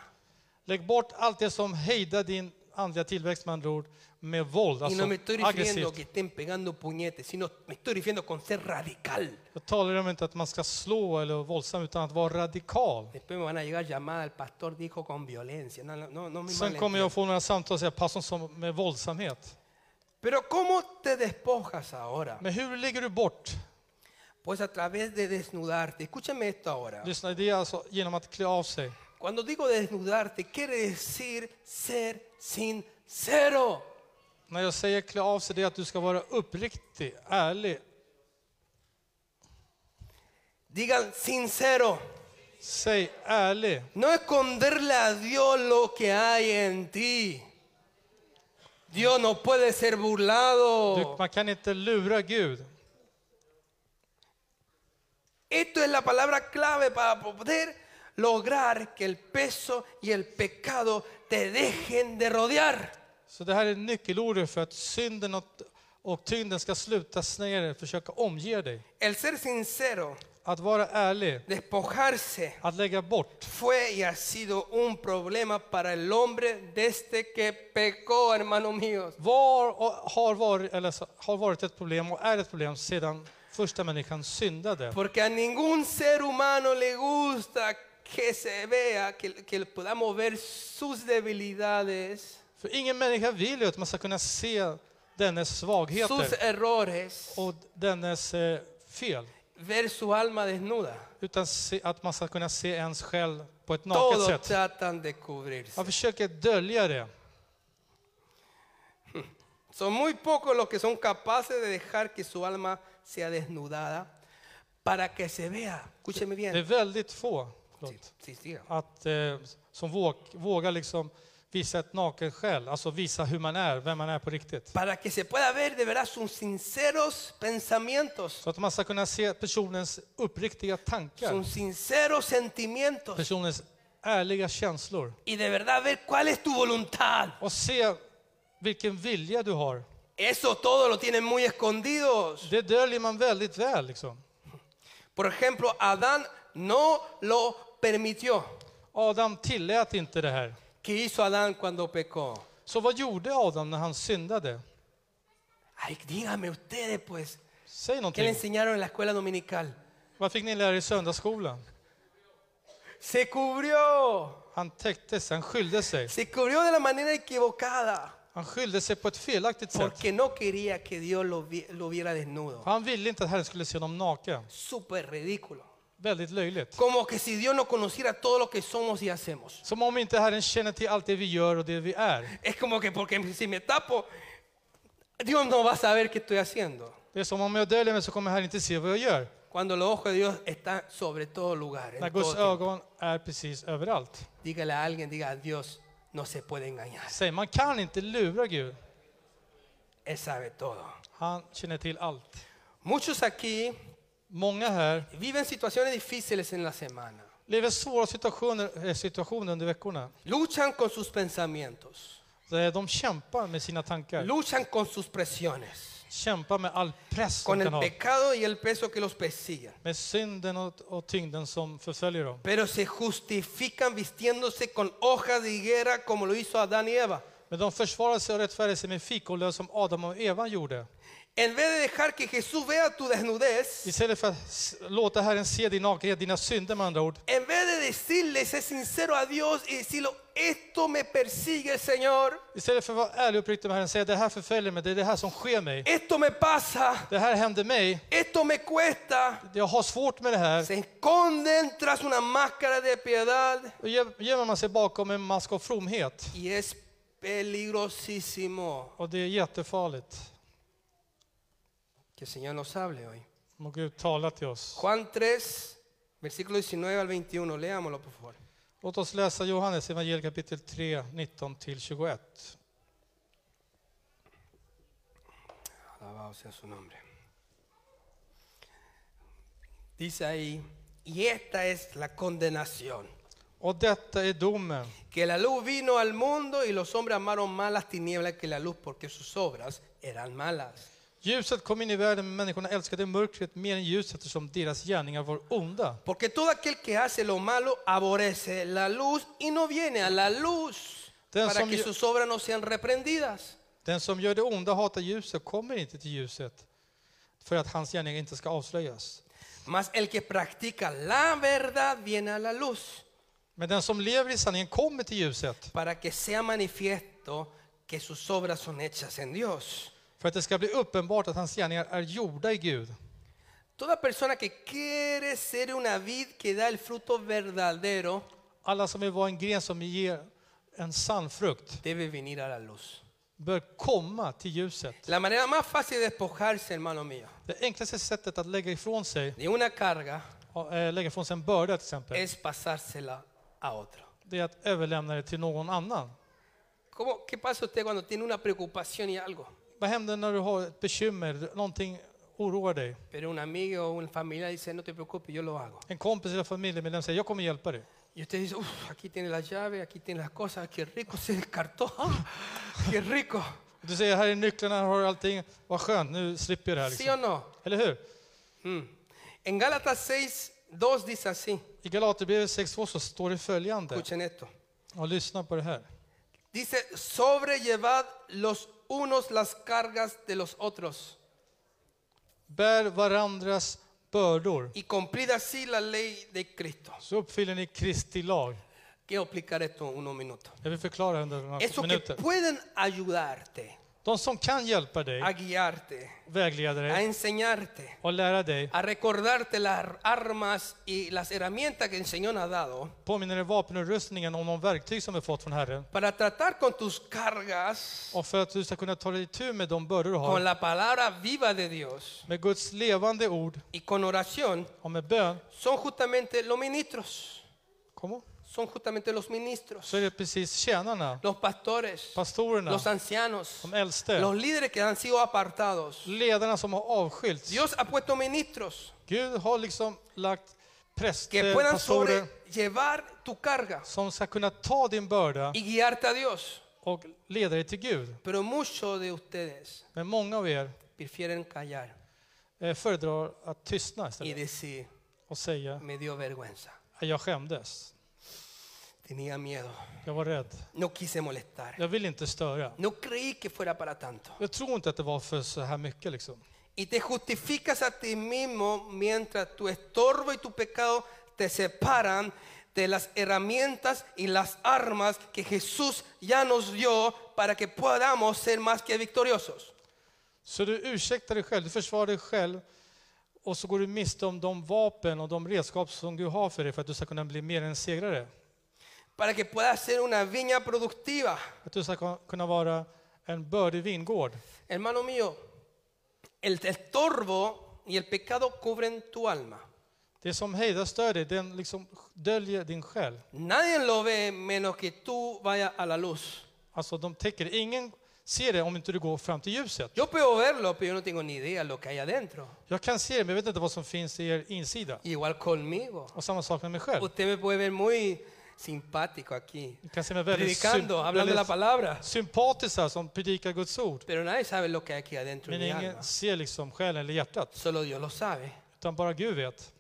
Speaker 2: Lägg bort allt det som hejdar din andliga tillväxt med andra ord med våld,
Speaker 1: Y
Speaker 2: alltså
Speaker 1: no me estoy refiriendo
Speaker 2: aggressivt.
Speaker 1: que estén pegando puñetes, sino me estoy refiriendo con ser radical.
Speaker 2: Jag talar om inte att man ska slå eller vara våldsam utan att vara radikal.
Speaker 1: Después me van a llegar llamadas, el pastor dijo con violencia. No, no, no, no me
Speaker 2: Sen kommer
Speaker 1: malentiendan.
Speaker 2: jag få några samtal och säga pastorn som med våldsamhet.
Speaker 1: Pero ¿cómo te despojas ahora?
Speaker 2: Men hur lägger du bort?
Speaker 1: Pues a través de desnudarte. Escúchame esto ahora.
Speaker 2: Lyssna, det är alltså genom att klä av sig.
Speaker 1: Cuando digo desnudarte, quiere decir ser sincero.
Speaker 2: När jag säger klä av sig, det är att du ska vara uppriktig, ärlig,
Speaker 1: Digan sincero.
Speaker 2: säg ärlig.
Speaker 1: No esconderle a Dios lo que hay en ti. Dios no puede ser
Speaker 2: Du,
Speaker 1: burlado.
Speaker 2: man kan inte lura Gud.
Speaker 1: Esto es la palabra clave para poder lograr que el peso y el pecado te dejen de rodear.
Speaker 2: Så det här är nyckelordet för att synden och, och tyngden ska sluta snära dig, försöka omge dig.
Speaker 1: El ser sincero,
Speaker 2: Att vara ärlig,
Speaker 1: despojarse,
Speaker 2: att lägga bort.
Speaker 1: fue y ha sido un problema para el hombre desde que pecó, hermanos míos.
Speaker 2: Var och har varit, eller, så- har varit ett problem och är ett problem sedan första människan syndade.
Speaker 1: Porque a ningún ser humano le gusta que se vea, que, que podamos ver sus debilidades,
Speaker 2: För ingen människa vill ju att man ska kunna se dennes
Speaker 1: sus
Speaker 2: svagheter
Speaker 1: errores,
Speaker 2: och dennes eh, fel.
Speaker 1: ver su alma desnuda.
Speaker 2: Utan se, att man ska kunna se ens själ på ett naket
Speaker 1: Todos
Speaker 2: sätt.
Speaker 1: tratan de cubrirse.
Speaker 2: Man försöker dölja det.
Speaker 1: Son muy pocos los que son capaces de dejar que su alma sea desnudada para que se vea. Escúcheme
Speaker 2: Det är
Speaker 1: bien.
Speaker 2: väldigt få.
Speaker 1: Sí,
Speaker 2: Förlåt.
Speaker 1: sí, siga.
Speaker 2: att, eh, som våg, vågar liksom visa ett naken själ, alltså visa hur man är, vem man är på riktigt.
Speaker 1: Para que se pueda ver de verdad sus sinceros pensamientos,
Speaker 2: Så att man ska kunna se personens uppriktiga tankar,
Speaker 1: sus sinceros sentimientos.
Speaker 2: personens ärliga känslor
Speaker 1: y de verdad ver cuál es tu voluntad.
Speaker 2: och se vilken vilja du har.
Speaker 1: Eso todo lo tienen muy escondidos.
Speaker 2: Det döljer man väldigt väl. Liksom.
Speaker 1: Por ejemplo, Adán no lo permitió.
Speaker 2: Adam tillät inte det här.
Speaker 1: ¿Qué hizo Adán cuando pecó?
Speaker 2: Så vad gjorde Adam när han syndade?
Speaker 1: Ay, dígame ustedes, pues, ¿qué
Speaker 2: Säg
Speaker 1: le
Speaker 2: någonting.
Speaker 1: enseñaron en la escuela dominical?
Speaker 2: Vad fick ni lära er i söndagsskolan?
Speaker 1: Se cubrió.
Speaker 2: Han täckte sig, han skyllde sig.
Speaker 1: Se cubrió de la manera equivocada.
Speaker 2: Han skyllde sig på ett felaktigt sätt.
Speaker 1: Porque no quería que Dios lo, vi- lo viera desnudo.
Speaker 2: För han ville inte att Herren skulle se honom naken.
Speaker 1: Súper ridículo.
Speaker 2: Väldigt löjligt.
Speaker 1: Como que si Dios no conociera todo lo que somos y hacemos.
Speaker 2: Som om inte Herren känner till allt det vi gör och det vi är.
Speaker 1: Es como que porque si me tapo, Dios no va a saber qué estoy haciendo.
Speaker 2: Det Det är som om jag döljer mig så kommer Herren inte se vad jag gör.
Speaker 1: Cuando los ojos de Dios están sobre todo lugar. en
Speaker 2: När
Speaker 1: todo
Speaker 2: Guds
Speaker 1: tiempo.
Speaker 2: ögon är precis överallt.
Speaker 1: Dígale a alguien, diga, Dios no se puede engañar.
Speaker 2: Säg, man kan inte lura Gud.
Speaker 1: Él sabe todo.
Speaker 2: Han känner till allt.
Speaker 1: Muchos aquí
Speaker 2: Många här
Speaker 1: viven situaciones difíciles en la semana.
Speaker 2: lever svåra situationer, eh, situationer under veckorna.
Speaker 1: Luchan con sus pensamientos.
Speaker 2: Där de kämpar med sina tankar.
Speaker 1: Luchan con sus presiones.
Speaker 2: Kämpar med all press
Speaker 1: Con
Speaker 2: de
Speaker 1: el
Speaker 2: kan ha.
Speaker 1: pecado y el peso que los persiguen.
Speaker 2: Med synden och, och tyngden som förföljer dem.
Speaker 1: Pero se justifican vistiéndose con hojas de higuera como lo hizo Adán y Eva.
Speaker 2: Men de försvarar sig och rättfärdigar sig med fikonlöv som Adam och Eva gjorde.
Speaker 1: En vez de dejar que Jesús vea tu desnudez,
Speaker 2: Istället för att s- låta Herren se din nakenhet, dina synder med andra ord.
Speaker 1: en vez de decirle, ser sincero a Dios y decirle, esto me persigue, Señor,
Speaker 2: Istället för att vara ärlig och uppriktig med Herren säga det här förföljer mig, det är det här som sker mig.
Speaker 1: esto me pasa,
Speaker 2: Det här hände mig,
Speaker 1: esto me cuesta.
Speaker 2: jag har svårt med det här.
Speaker 1: Se esconden tras una máscara de piedad
Speaker 2: Då göm- gömmer man sig bakom en mask av fromhet.
Speaker 1: y es peligrosísimo.
Speaker 2: Och det är jättefarligt.
Speaker 1: Que el Señor nos hable hoy.
Speaker 2: Må Gud tala till oss.
Speaker 1: Juan 3, versículo 19 al 21, leámoslo por favor.
Speaker 2: Låt oss läsa Johannes evangelium kapitel 3, 19-21.
Speaker 1: Alabado sea su nombre. Dice ahí, y esta es la condenación,
Speaker 2: Och detta är domen,
Speaker 1: que la luz vino al mundo y los hombres amaron más las tinieblas que la luz porque sus obras eran malas.
Speaker 2: Ljuset kom in i världen, men människorna älskade mörkret mer än ljuset eftersom deras gärningar var onda.
Speaker 1: Porque todo aquel que hace lo malo aborrece la luz y no viene a la luz
Speaker 2: Ten
Speaker 1: para
Speaker 2: som
Speaker 1: que
Speaker 2: yo-
Speaker 1: sus obras no sean reprendidas.
Speaker 2: Den som gör det onda hatar ljuset kommer inte till ljuset för att hans gärningar inte ska avslöjas.
Speaker 1: Mas el que practica la verdad viene a la luz
Speaker 2: Men den som lever i sanningen kommer till ljuset
Speaker 1: para que sea manifiesto que sus obras son hechas en Dios.
Speaker 2: för att det ska bli uppenbart att hans gärningar är gjorda i Gud.
Speaker 1: Toda persona que quiere ser una vid que da el fruto verdadero
Speaker 2: Alla som vill vara en gren som ger en sann frukt
Speaker 1: debe venir a la luz.
Speaker 2: bör komma till ljuset.
Speaker 1: La manera más fácil de despojarse, hermano mío,
Speaker 2: Det enklaste sättet att lägga ifrån sig,
Speaker 1: de una carga
Speaker 2: eh, lägga ifrån sig en börda till exempel,
Speaker 1: es pasársela a otro.
Speaker 2: det är att överlämna det till någon annan.
Speaker 1: ¿Cómo- ¿Qué pasa usted cuando tiene una preocupación y algo?
Speaker 2: Vad händer när du har ett bekymmer, någonting oroar dig?
Speaker 1: Pero un amigo o un familiar dice, no te preocupes, yo lo hago.
Speaker 2: En kompis eller familjemedlem säger jag kommer hjälpa dig.
Speaker 1: Y usted dice, uff, aquí tiene la llave, aquí tiene las cosas, qué rico se descartó, ¡Ah! qué rico.
Speaker 2: Du säger här är nycklarna, här har du allting. Vad skönt, nu slipper jag det här.
Speaker 1: ¿Sí o
Speaker 2: Liksom.
Speaker 1: no?
Speaker 2: Eller hur?
Speaker 1: Mm. En Gálatas 6, 2 dice así,
Speaker 2: I Galaterbrevet 6.2 så står det följande.
Speaker 1: escuchen esto.
Speaker 2: Och lyssna på det här.
Speaker 1: Dice, sobrellevad los unos las cargas de los otros
Speaker 2: Bär varandras bördor,
Speaker 1: y cumplid así la ley de Cristo.
Speaker 2: så uppfyller ni Kristi lag.
Speaker 1: Quiero explicar esto en unos minutos.
Speaker 2: Jag vill förklara under några
Speaker 1: Eso que
Speaker 2: minuter.
Speaker 1: pueden ayudarte,
Speaker 2: De som kan hjälpa
Speaker 1: a
Speaker 2: dig,
Speaker 1: guiarte,
Speaker 2: vägleda
Speaker 1: a
Speaker 2: dig
Speaker 1: enseñarte,
Speaker 2: och lära dig,
Speaker 1: a recordarte las armas y las herramientas que el Señor ha dado
Speaker 2: påminner dig vapenutrustningen om de verktyg som vi fått från Herren.
Speaker 1: para tratar con tus cargas,
Speaker 2: Och för att du ska kunna ta dig tur med de bördor du
Speaker 1: con
Speaker 2: har,
Speaker 1: la palabra viva de Dios
Speaker 2: med Guds levande ord
Speaker 1: y con oración,
Speaker 2: och med bön,
Speaker 1: son justamente los ministros,
Speaker 2: Como?
Speaker 1: son justamente los ministros,
Speaker 2: så är det precis tjänarna,
Speaker 1: los pastores,
Speaker 2: pastorerna,
Speaker 1: los ancianos,
Speaker 2: de äldste.
Speaker 1: los líderes que han sido apartados.
Speaker 2: ledarna som har avskilts.
Speaker 1: Dios ha puesto ministros
Speaker 2: Gud har liksom lagt
Speaker 1: que
Speaker 2: präster,
Speaker 1: puedan
Speaker 2: pastorer
Speaker 1: sobrellevar tu carga
Speaker 2: som ska kunna ta din börda
Speaker 1: y guiarte a Dios.
Speaker 2: och leda dig till Gud.
Speaker 1: Pero muchos de ustedes
Speaker 2: Men många av er
Speaker 1: prefieren callar
Speaker 2: eh, föredrar att tystna
Speaker 1: y
Speaker 2: istället
Speaker 1: decir,
Speaker 2: och säga
Speaker 1: me dio vergüenza,
Speaker 2: jag skämdes,
Speaker 1: tenía miedo,
Speaker 2: jag var rädd,
Speaker 1: no quise molestar,
Speaker 2: jag vill inte störa.
Speaker 1: no creí que fuera para tanto.
Speaker 2: Jag tror inte att det var för så här mycket liksom.
Speaker 1: Y te justificas a ti mismo mientras tu estorbo y tu pecado te separan de las herramientas y las armas que Jesús ya nos dio para que podamos ser más que victoriosos.
Speaker 2: Så du ursäktar dig själv, du försvarar dig själv och så går du miste om de vapen och de redskap som Gud har för dig för att du ska kunna bli mer än en segrare.
Speaker 1: Para que puedas ser una viña productiva.
Speaker 2: Att du ska kunna vara en bördig vingård.
Speaker 1: Hermano mío, El estorbo y el pecado cubren tu alma.
Speaker 2: Det som hejdar dig, den liksom döljer din själ.
Speaker 1: Nadie lo ve menos que tú vayas a la luz.
Speaker 2: Alltså de täcker, ingen ser det om inte du går fram till ljuset.
Speaker 1: Yo puedo verlo, pero yo no tengo ni idea lo que hay adentro.
Speaker 2: Jag kan se det, men jag vet inte vad som finns i er insida.
Speaker 1: Igual conmigo.
Speaker 2: Och samma sak med mig själv.
Speaker 1: Usted me puede ver muy simpático aquí,
Speaker 2: Du kan se mig väldigt,
Speaker 1: predicando, hablando la
Speaker 2: väldigt
Speaker 1: palabra,
Speaker 2: sympatisk här som predikar Guds ord.
Speaker 1: pero nadie sabe lo que hay aquí adentro de
Speaker 2: Men
Speaker 1: mi alma.
Speaker 2: ingen ser liksom själen eller hjärtat,
Speaker 1: Solo Dios lo sabe.
Speaker 2: utan bara Gud vet.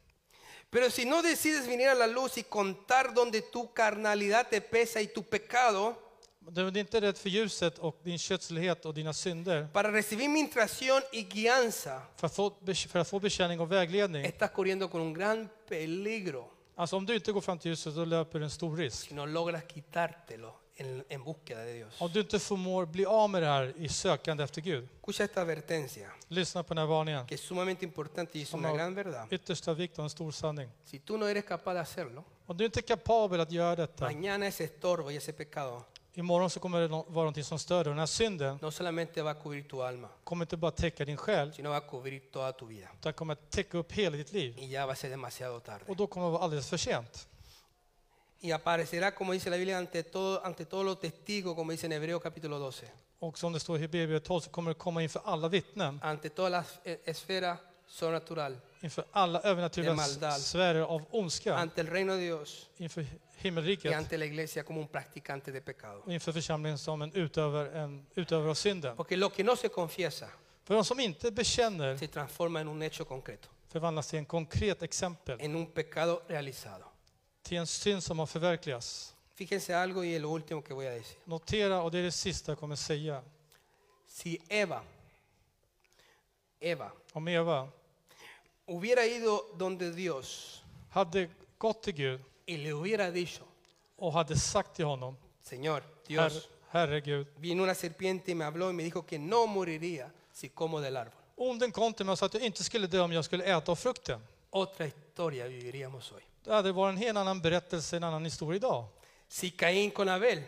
Speaker 1: Pero si no decides venir a la luz y contar donde tu carnalidad te pesa y tu pecado,
Speaker 2: Du är inte rädd för ljuset och din kötslighet och dina synder.
Speaker 1: para recibir mi instrucción y guianza,
Speaker 2: För att få, för att få betjäning och vägledning.
Speaker 1: estás corriendo con un gran peligro
Speaker 2: Alltså om du inte går fram till ljuset, då löper du en stor risk.
Speaker 1: si no logras quitártelo en, en búsqueda de Dios.
Speaker 2: Om du inte förmår bli av med det här i sökande efter Gud.
Speaker 1: Escucha esta advertencia,
Speaker 2: Lyssna på den här varningen.
Speaker 1: que es sumamente importante y es una
Speaker 2: Como-
Speaker 1: gran verdad.
Speaker 2: Yttersta vikt och en stor sanning.
Speaker 1: Si tú no eres capaz de hacerlo,
Speaker 2: Om du inte är kapabel att göra detta,
Speaker 1: mañana ese estorbo y ese pecado
Speaker 2: imorgon så kommer det no- vara någonting som stör dig. Och Den här synden
Speaker 1: no solamente va a cubrir tu alma,
Speaker 2: kommer inte bara täcka din själ,
Speaker 1: sino va a cubrir toda tu vida.
Speaker 2: utan kommer att täcka upp hela ditt liv.
Speaker 1: Y ya va a ser demasiado tarde.
Speaker 2: Och då kommer det vara alldeles för sent.
Speaker 1: Y aparecerá, como dice la Biblia, ante, todo, ante todos los testigos, como dice en Hebreo capítulo 12,
Speaker 2: Och som det står i Hebreerbrevet 12 så kommer det komma inför alla vittnen,
Speaker 1: ante todas las eh, esferas sobrenatural,
Speaker 2: inför alla övernaturliga
Speaker 1: Det är maldal.
Speaker 2: s- sfärer av ondska,
Speaker 1: ante el reino de Dios
Speaker 2: inför
Speaker 1: y
Speaker 2: himmelriket
Speaker 1: ante la iglesia como un practicante de pecado.
Speaker 2: och inför församlingen som en utövare, en utövare av synden.
Speaker 1: Porque lo que no se confiesa
Speaker 2: För de som inte bekänner
Speaker 1: se transforma en un hecho concreto,
Speaker 2: förvandlas till en konkret exempel,
Speaker 1: en un pecado realizado.
Speaker 2: till en synd som har förverkligats.
Speaker 1: Fíjense algo y es lo último que voy a decir.
Speaker 2: Notera, och det är det sista jag kommer säga,
Speaker 1: Si Eva, Eva,
Speaker 2: om Eva
Speaker 1: hubiera ido donde Dios
Speaker 2: hade gått till Gud
Speaker 1: y le hubiera dicho,
Speaker 2: och hade sagt till honom,
Speaker 1: Señor, Dios,
Speaker 2: Herre, herregud,
Speaker 1: vino una serpiente y me habló y me dijo que no moriría si como del árbol.
Speaker 2: onden kom till mig och sa att jag inte skulle dö om jag skulle äta av frukten.
Speaker 1: Otra historia viviríamos hoy.
Speaker 2: Det hade varit en helt annan berättelse, en annan historia idag.
Speaker 1: Si Caín con Abel,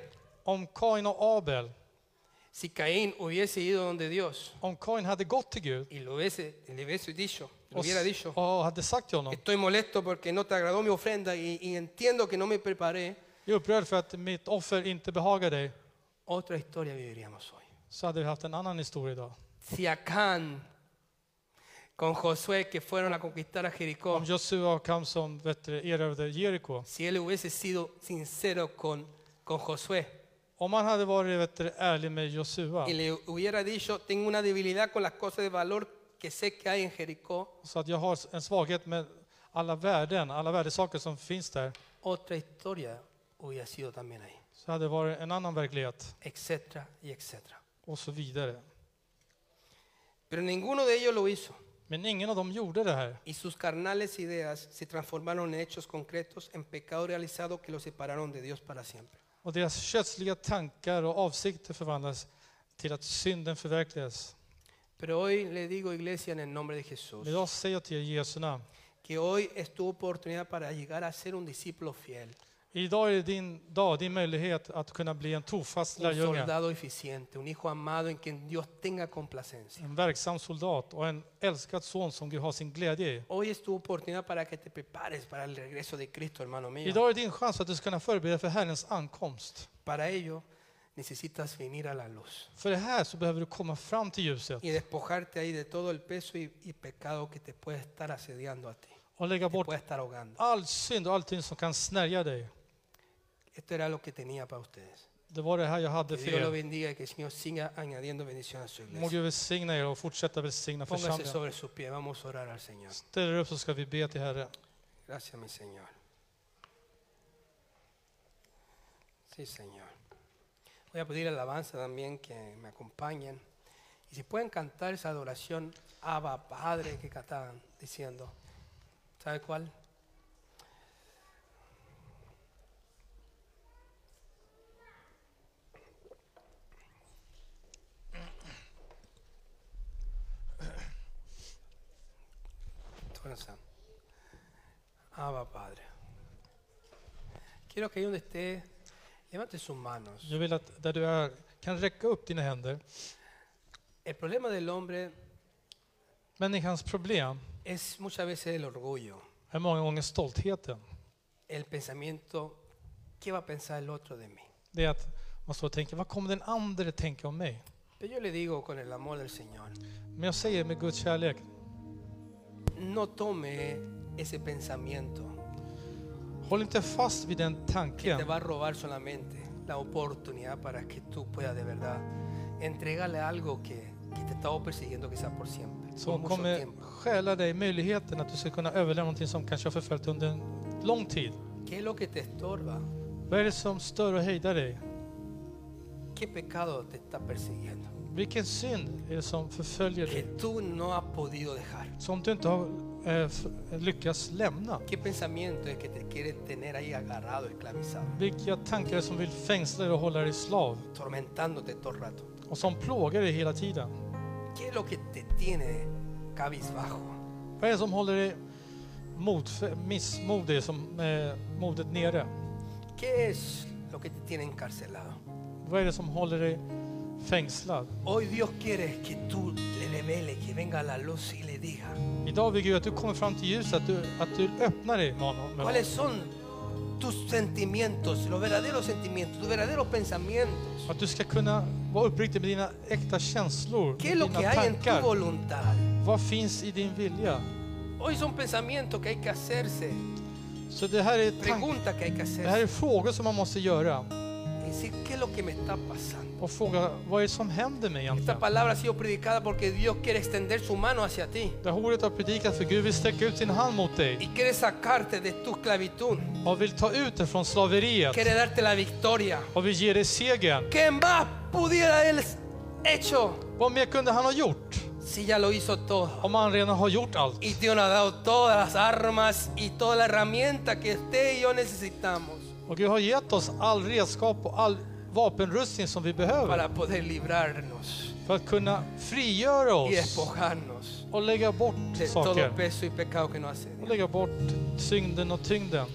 Speaker 2: Om Kain och Abel,
Speaker 1: si Caín hubiese ido donde Dios
Speaker 2: om Kain hade gått till Gud
Speaker 1: y lo hubiese, le hubiese dicho, le
Speaker 2: och,
Speaker 1: hubiera dicho,
Speaker 2: och hade sagt till honom,
Speaker 1: estoy molesto porque no te agradó mi ofrenda y, y entiendo que no me preparé,
Speaker 2: jag är upprörd för att mitt offer inte behagar dig,
Speaker 1: otra historia viviríamos hoy.
Speaker 2: så hade vi haft en annan historia idag.
Speaker 1: Si Acán con Josué que fueron a conquistar a Jericó,
Speaker 2: Om Josua kom som vet du, erövrade Jeriko,
Speaker 1: si él hubiese sido sincero con, con Josué
Speaker 2: om han hade varit vet du, ärlig med Josua,
Speaker 1: y le hubiera dicho, tengo una debilidad con las cosas de valor que sé que hay en Jericó,
Speaker 2: så att jag har en svaghet med alla värden, alla värdesaker som finns där,
Speaker 1: otra historia hubiera sido también ahí,
Speaker 2: så hade det varit en annan verklighet
Speaker 1: etcétera y etcétera.
Speaker 2: och så vidare.
Speaker 1: Pero ninguno de ellos lo hizo
Speaker 2: Men ingen av dem gjorde det här.
Speaker 1: y sus carnales ideas se transformaron en hechos concretos, en pecado realizado que los separaron de Dios para siempre.
Speaker 2: Och deras kötsliga tankar och avsikter förvandlas till att synden förverkligas.
Speaker 1: Pero hoy le digo, iglesia, en el nombre de Jesús,
Speaker 2: Men idag säger jag till er i Jesu namn.
Speaker 1: que hoy es tu oportunidad para llegar a ser un discípulo fiel,
Speaker 2: Idag är din dag, din möjlighet att kunna bli en trofast
Speaker 1: un
Speaker 2: lärjunge,
Speaker 1: soldado eficiente, un hijo amado en quien Dios tenga complacencia.
Speaker 2: en verksam soldat och en älskad son som Gud har sin glädje i.
Speaker 1: Hoy es tu oportunidad para que te prepares para el regreso de Cristo, hermano mío.
Speaker 2: Idag är din chans att du ska kunna förbereda för Herrens ankomst.
Speaker 1: Para ello necesitas venir a la luz
Speaker 2: För det här så behöver du komma fram till ljuset
Speaker 1: y despojarte ahí de todo el peso y, y pecado que te puede estar asediando a ti,
Speaker 2: och lägga
Speaker 1: te
Speaker 2: bort
Speaker 1: puede estar ahogando.
Speaker 2: all synd och allting som kan snärja dig.
Speaker 1: Esto era lo que tenía para ustedes.
Speaker 2: Det var det här jag hade
Speaker 1: Que
Speaker 2: för
Speaker 1: Dios lo
Speaker 2: er.
Speaker 1: bendiga y que el Señor siga añadiendo bendición a su
Speaker 2: Må
Speaker 1: iglesia.
Speaker 2: Gud välsigna er och fortsätta välsigna
Speaker 1: Póngase
Speaker 2: församlingen.
Speaker 1: sobre sus pies, vamos a orar al Señor.
Speaker 2: Ställ er upp så ska vi be till Herren.
Speaker 1: Gracias, mi Señor. Sí, Señor. Voy a pedir alabanza también que me acompañen. Y si pueden cantar esa adoración, Abba, Padre, que cantaban diciendo. ¿Sabe cuál? Entonces, Abba, Padre. Quiero que ahí donde esté, levante sus manos.
Speaker 2: Jag vill att där du är kan räcka upp dina händer.
Speaker 1: El problema del hombre
Speaker 2: Människans problem
Speaker 1: es muchas veces el orgullo,
Speaker 2: är många gånger stoltheten.
Speaker 1: el pensamiento, ¿qué va a pensar el otro de mí?
Speaker 2: Det är att man står och tänker, vad kommer den andra tänka om mig?
Speaker 1: Pero yo le digo con el amor del Señor,
Speaker 2: Men jag säger med Guds kärlek,
Speaker 1: no tome ese pensamiento
Speaker 2: håll inte fast vid den
Speaker 1: que te
Speaker 2: tanken.
Speaker 1: va a robar solamente la oportunidad para que tú puedas de verdad entregarle algo que, que te estaba persiguiendo quizás por siempre, por
Speaker 2: Som
Speaker 1: mucho
Speaker 2: kommer
Speaker 1: tiempo.
Speaker 2: stjäla dig möjligheten att du ska kunna överlämna någonting som kanske har förföljt dig under en lång tid.
Speaker 1: ¿Qué es lo que te estorba?
Speaker 2: Vad är det som stör och hejdar dig?
Speaker 1: ¿Qué pecado te está persiguiendo?
Speaker 2: Vilken synd är det som förföljer
Speaker 1: Que
Speaker 2: dig?
Speaker 1: tú no has podido dejar.
Speaker 2: Som du inte har eh, f- lyckats lämna?
Speaker 1: ¿Qué pensamiento es que te quiere tener ahí agarrado, esclavizado,
Speaker 2: Vilka tankar är det som vill fängsla dig och hålla dig slav?
Speaker 1: tormentándote todo el rato?
Speaker 2: Och som plågar dig hela tiden?
Speaker 1: ¿Qué es lo que te tiene cabizbajo?
Speaker 2: Vad är det som håller dig motf- missmodig, som eh, modet nere?
Speaker 1: ¿Qué es lo que te tiene encarcelado?
Speaker 2: Vad är det som håller dig fängslad?
Speaker 1: Hoy Dios quiere que tú le revele, que venga a la luz y le diga
Speaker 2: Idag vill Gud att du kommer fram till ljuset, att du, att du öppnar dig med honom. med honom.
Speaker 1: cuáles son tus sentimientos, los verdaderos sentimientos, tus verdaderos pensamientos.
Speaker 2: Att du ska kunna vara uppriktig med dina äkta känslor,
Speaker 1: ¿Qué es lo
Speaker 2: dina
Speaker 1: que hay en tu
Speaker 2: tankar.
Speaker 1: voluntad?
Speaker 2: Vad finns i din vilja?
Speaker 1: Hoy son pensamientos que hay que hacerse,
Speaker 2: Så det här är, tank-
Speaker 1: preguntas que hay que
Speaker 2: det här är
Speaker 1: hacerse.
Speaker 2: frågor som man måste göra.
Speaker 1: Y decir, ¿qué es lo que me está pasando?
Speaker 2: Och fråga, vad är det som händer mig
Speaker 1: Esta
Speaker 2: egentligen?
Speaker 1: palabra ha sido predicada porque Dios quiere extender su mano hacia ti
Speaker 2: Det här ordet har predikat för Gud vill sträcka ut sin hand mot
Speaker 1: y
Speaker 2: dig
Speaker 1: quiere sacarte de tu esclavitud,
Speaker 2: och vill ta ut dig från slaveriet
Speaker 1: quiere darte la victoria.
Speaker 2: och vill ge dig segern.
Speaker 1: ¿Qué más pudiera Él hecho
Speaker 2: Vad mer kunde han ha gjort?
Speaker 1: si ya lo hizo todo?
Speaker 2: Om han redan har gjort allt.
Speaker 1: Y Dios nos ha dado todas las armas y toda la herramienta que usted y yo necesitamos
Speaker 2: Och Gud har gett oss all redskap och all vapenrustning som vi behöver
Speaker 1: para poder librarnos
Speaker 2: för att kunna frigöra
Speaker 1: y
Speaker 2: oss
Speaker 1: despojarnos
Speaker 2: och lägga bort
Speaker 1: de todo
Speaker 2: saker.
Speaker 1: peso y pecado que nos hace.
Speaker 2: Och lägga bort synden och tyngden.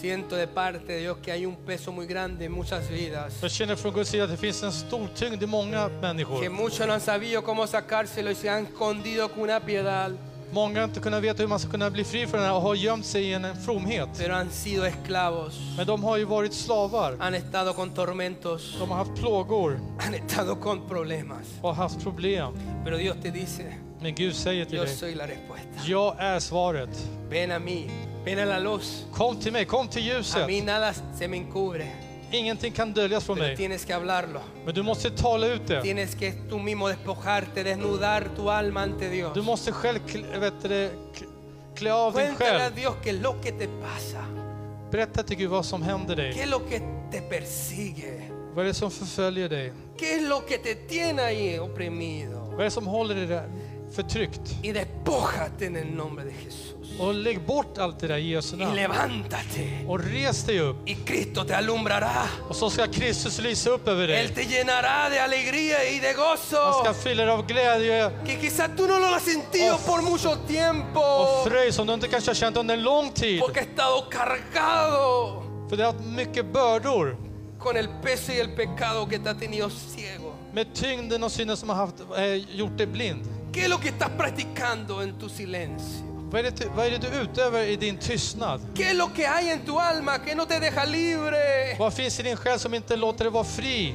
Speaker 1: Siento de parte de Dios que hay un peso muy grande en muchas vidas.
Speaker 2: Jag känner från Guds sida att det finns en stor tyngd i många
Speaker 1: que
Speaker 2: människor.
Speaker 1: muchos no han sabido cómo sacárselo y se han escondido con una piedad,
Speaker 2: Många har inte kunnat veta hur man ska kunna bli fri från det här och har gömt sig i en en fromhet.
Speaker 1: pero han sido esclavos,
Speaker 2: Men de har ju varit slavar.
Speaker 1: han estado con tormentos,
Speaker 2: De har haft plågor
Speaker 1: han estado con problemas.
Speaker 2: och haft problem.
Speaker 1: Pero Dios te dice,
Speaker 2: Men Gud säger till
Speaker 1: yo
Speaker 2: dig,
Speaker 1: soy la respuesta.
Speaker 2: jag är svaret.
Speaker 1: Ven a mí, ven a la luz.
Speaker 2: Kom till mig, kom till
Speaker 1: A mí
Speaker 2: ljuset.
Speaker 1: nada se me encubre,
Speaker 2: Ingenting kan döljas från
Speaker 1: pero
Speaker 2: mig.
Speaker 1: tienes que hablarlo.
Speaker 2: Men du måste tala ut det.
Speaker 1: Tienes que tú mismo despojarte, desnudar tu alma ante Dios.
Speaker 2: Du måste själv kl- vet du, det, kl- klä av dig
Speaker 1: Cuéntale a
Speaker 2: själv.
Speaker 1: Dios qué es lo que te pasa,
Speaker 2: Berätta till Gud vad som händer
Speaker 1: qué
Speaker 2: dig.
Speaker 1: es lo que te persigue,
Speaker 2: Vad är det som förföljer dig?
Speaker 1: qué es lo que te tiene ahí oprimido.
Speaker 2: Vad är det som håller dig där förtryckt?
Speaker 1: y despójate en el nombre de Jesús.
Speaker 2: Och lägg bort allt det där i Jesu
Speaker 1: Y
Speaker 2: namn.
Speaker 1: levántate.
Speaker 2: Och res dig upp.
Speaker 1: Y Cristo te alumbrará.
Speaker 2: Och så ska Kristus lysa upp över
Speaker 1: Él
Speaker 2: dig.
Speaker 1: te llenará de alegría y de
Speaker 2: Han
Speaker 1: gozo.
Speaker 2: ska fylla dig av glädje
Speaker 1: Que quizás tú no lo has sentido
Speaker 2: Of-
Speaker 1: por mucho tiempo.
Speaker 2: och fröjd som du inte kanske har känt under en lång tid.
Speaker 1: Porque has estado cargado
Speaker 2: För det har haft mycket bördor
Speaker 1: con el peso y el pecado que te ha tenido ciego.
Speaker 2: med tyngden och synden som har haft, eh, gjort dig blind.
Speaker 1: ¿Qué es lo que estás practicando en tu silencio?
Speaker 2: Vad är, det, du- vad är det du utövar i din tystnad?
Speaker 1: ¿Qué es lo que hay en tu alma que no te deja libre?
Speaker 2: Vad finns i din själ som inte låter dig vara fri?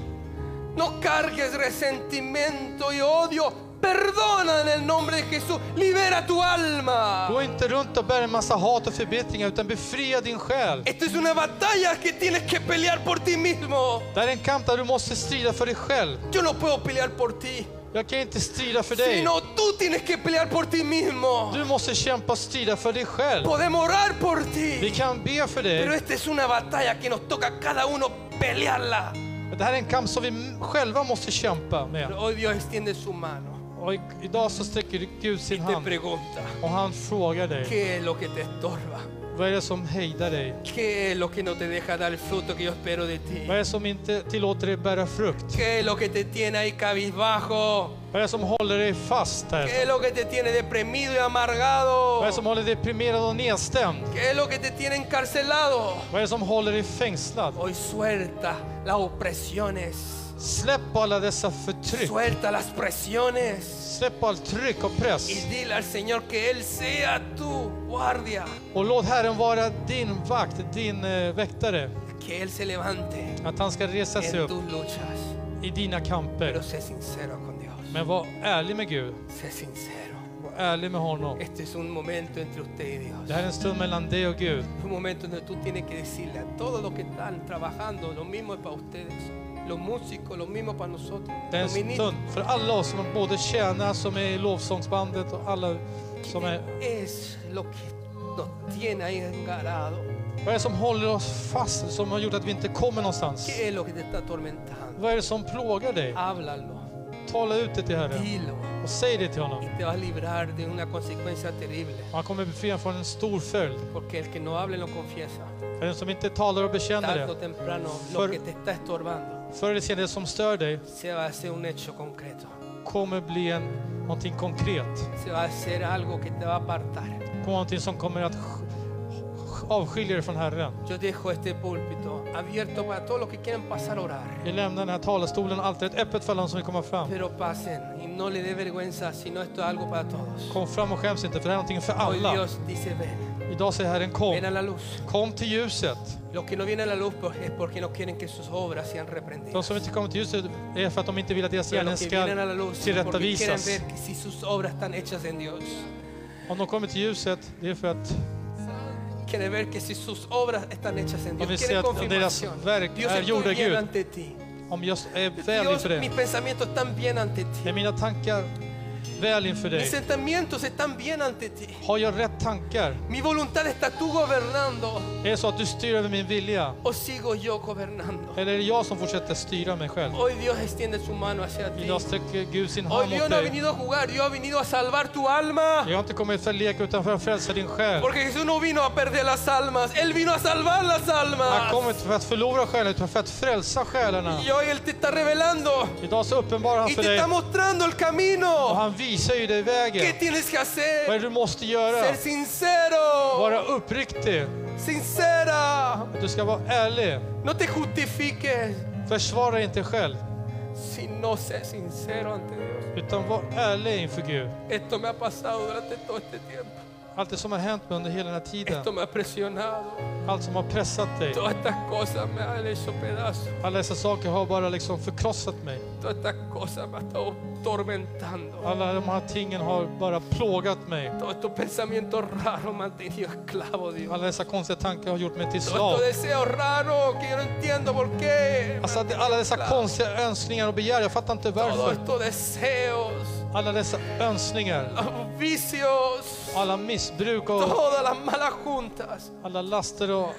Speaker 1: No cargues resentimiento y odio. Perdona en el nombre de Jesús. Libera tu alma.
Speaker 2: Gå inte runt och bär en massa hat och förbittringar utan befria din själ.
Speaker 1: Esta es una batalla que tienes que pelear por ti mismo.
Speaker 2: Det här är en kamp där du måste strida för dig själv.
Speaker 1: Yo no puedo pelear por ti,
Speaker 2: Jag kan inte strida för dig.
Speaker 1: sino tú tienes que pelear por ti mismo.
Speaker 2: Du måste kämpa och strida för dig själv.
Speaker 1: Podemos orar por
Speaker 2: Vi
Speaker 1: ti,
Speaker 2: kan be för
Speaker 1: pero
Speaker 2: dig.
Speaker 1: esta es una batalla que nos toca a cada uno pelearla.
Speaker 2: Det här är en kamp som vi m- själva måste kämpa med.
Speaker 1: Pero hoy Dios extiende su mano
Speaker 2: Och i- idag så sträcker Gud sin
Speaker 1: y te
Speaker 2: hand
Speaker 1: pregunta,
Speaker 2: och han frågar dig.
Speaker 1: ¿qué es lo que te estorba?
Speaker 2: Vad är det som hejdar dig?
Speaker 1: ¿Qué es lo que no te deja dar el fruto que yo espero de ti?
Speaker 2: Vad är det som inte tillåter dig bära frukt?
Speaker 1: ¿Qué es lo que te tiene ahí cabizbajo?
Speaker 2: Vad är det som håller dig fast
Speaker 1: ¿Qué
Speaker 2: här?
Speaker 1: es lo que te tiene deprimido y
Speaker 2: Vad är
Speaker 1: amargado?
Speaker 2: det som håller dig deprimerad och nedstämd?
Speaker 1: ¿Qué es lo que te tiene encarcelado?
Speaker 2: Vad är det som håller dig fängslad?
Speaker 1: Hoy suelta las opresiones,
Speaker 2: Släpp alla dessa förtryck.
Speaker 1: suelta las presiones,
Speaker 2: Släpp all tryck och
Speaker 1: Y
Speaker 2: press
Speaker 1: dile al Señor que Él sea tu guardia,
Speaker 2: och låt Herren vara din vakt, din eh, väktare.
Speaker 1: que Él se levante
Speaker 2: Att han ska resa sig
Speaker 1: en
Speaker 2: upp
Speaker 1: tus luchas.
Speaker 2: i dina kamper.
Speaker 1: Pero sé sincero con Dios,
Speaker 2: Men var ärlig med Gud,
Speaker 1: sé sincero.
Speaker 2: var ärlig med honom.
Speaker 1: Este es un momento entre usted y Dios.
Speaker 2: Det här är en stund mellan dig och Gud.
Speaker 1: Un momento donde tú tienes que decirle a todos los que están trabajando, lo mismo es para ustedes, los músicos, lo mismo para nosotros,
Speaker 2: Det är en
Speaker 1: los ministros.
Speaker 2: stund för alla oss som både tjänar, som är i lovsångsbandet och alla som är...
Speaker 1: Es lo que nos tiene ahí engarado.
Speaker 2: Vad är det som håller oss fast, som har gjort att vi inte kommer någonstans?
Speaker 1: ¿Qué es lo que te está atormentando?
Speaker 2: Vad är det som plågar dig?
Speaker 1: Háblalo,
Speaker 2: Tala ut det till Herren
Speaker 1: dilo,
Speaker 2: och säg det till honom.
Speaker 1: y te vas a librar de una consecuencia terrible.
Speaker 2: Han kommer befria från en stor följd.
Speaker 1: Porque el que no hable lo confiesa.
Speaker 2: För den som inte talar och bekänner
Speaker 1: Tarde o
Speaker 2: det,
Speaker 1: temprano, lo
Speaker 2: För-
Speaker 1: que te está estorbando
Speaker 2: förr eller senare det som stör dig,
Speaker 1: se va a hacer un hecho concreto.
Speaker 2: kommer bli en, någonting konkret.
Speaker 1: Se va a hacer algo que te va a apartar.
Speaker 2: på någonting som kommer att sk- avskilja dig från Herren.
Speaker 1: Yo dejo este púlpito abierto para todos los que quieran pasar a orar.
Speaker 2: Vi lämnar den här talarstolen alltid öppet för alla som vill komma fram.
Speaker 1: Pero pasen y no le dé vergüenza si no esto es algo para todos.
Speaker 2: Kom fram och skäms inte, för det här är någonting för
Speaker 1: Hoy
Speaker 2: alla.
Speaker 1: Dios dice ven,
Speaker 2: Idag säger Herren
Speaker 1: ven a
Speaker 2: kom.
Speaker 1: la luz.
Speaker 2: Kom till ljuset.
Speaker 1: Los que no vienen a la luz pues, es porque no quieren que sus obras sean
Speaker 2: De
Speaker 1: reprendidas.
Speaker 2: som inte kommer till ljuset är för att de inte vill att deras
Speaker 1: Pero
Speaker 2: gärning
Speaker 1: los que vienen a la
Speaker 2: ska
Speaker 1: luz es porque quieren
Speaker 2: tillrättavisas.
Speaker 1: ver que si sus obras están hechas en Dios.
Speaker 2: Om de kommer till ljuset, det är för att
Speaker 1: Quieren ver que si sus obras están hechas en
Speaker 2: de vill
Speaker 1: Dios.
Speaker 2: se
Speaker 1: Quieren
Speaker 2: att om deras
Speaker 1: confirmación.
Speaker 2: verk
Speaker 1: Dios
Speaker 2: är gjorda
Speaker 1: estoy bien
Speaker 2: av Gud.
Speaker 1: ante ti.
Speaker 2: Om jag är väl
Speaker 1: Dios,
Speaker 2: inför
Speaker 1: mis
Speaker 2: dig.
Speaker 1: pensamientos están bien ante
Speaker 2: Är
Speaker 1: ti.
Speaker 2: mina tankar väl inför
Speaker 1: Mis
Speaker 2: dig?
Speaker 1: sentimientos están bien ante ti.
Speaker 2: Har jag rätt tankar?
Speaker 1: Mi voluntad está tú gobernando
Speaker 2: Är det så att du styr över min vilja?
Speaker 1: o sigo yo gobernando.
Speaker 2: Eller är det jag som fortsätter styra mig själv?
Speaker 1: Hoy Dios extiende su mano hacia ti.
Speaker 2: Idag sträcker Gud sin
Speaker 1: Hoy
Speaker 2: hand
Speaker 1: Dios
Speaker 2: mot
Speaker 1: no ha
Speaker 2: dig.
Speaker 1: venido a jugar, Dios ha venido a salvar tu alma.
Speaker 2: Jag har inte kommit för att leka utan för att frälsa din själ.
Speaker 1: Porque Jesús no vino a perder las almas, Él vino a salvar las
Speaker 2: Jag har kommit
Speaker 1: almas.
Speaker 2: för att förlora själen utan för att frälsa själarna.
Speaker 1: Y hoy Él te está revelando
Speaker 2: Idag så uppenbarar han
Speaker 1: y
Speaker 2: för
Speaker 1: te
Speaker 2: dig
Speaker 1: está mostrando el
Speaker 2: och
Speaker 1: camino.
Speaker 2: han visar ju dig
Speaker 1: ¿Qué
Speaker 2: vägen.
Speaker 1: tienes que
Speaker 2: Vad är
Speaker 1: hacer?
Speaker 2: det du måste göra?
Speaker 1: Ser sincero,
Speaker 2: Vara uppriktig.
Speaker 1: sincera.
Speaker 2: Du ska vara ärlig.
Speaker 1: No te justifiques
Speaker 2: Försvara dig inte själv
Speaker 1: si no sé sincero ante Dios.
Speaker 2: utan var ärlig inför Gud.
Speaker 1: Esto me ha pasado durante todo este tiempo.
Speaker 2: Allt det som har hänt mig under hela den här tiden.
Speaker 1: Esto me ha presionado.
Speaker 2: Allt som har pressat dig.
Speaker 1: Todas estas cosas me han hecho pedazos.
Speaker 2: Alla dessa saker har bara liksom förkrossat mig.
Speaker 1: Todas estas cosas me han estado tormentando.
Speaker 2: Alla de här tingen har bara plågat mig.
Speaker 1: Todos estos pensamientos raros me han tenido esclavo, Dios.
Speaker 2: Alla dessa konstiga tankar har gjort mig till
Speaker 1: Todos
Speaker 2: slav.
Speaker 1: estos deseos raros que yo no entiendo por qué. me
Speaker 2: Alltså
Speaker 1: han
Speaker 2: att
Speaker 1: tenido
Speaker 2: alla dessa
Speaker 1: esclavo.
Speaker 2: konstiga önskningar och begär, jag fattar inte
Speaker 1: Todos
Speaker 2: varför.
Speaker 1: estos deseos,
Speaker 2: Alla dessa önskningar,
Speaker 1: los vicios,
Speaker 2: alla missbruk och
Speaker 1: todas las malas juntas
Speaker 2: alla laster och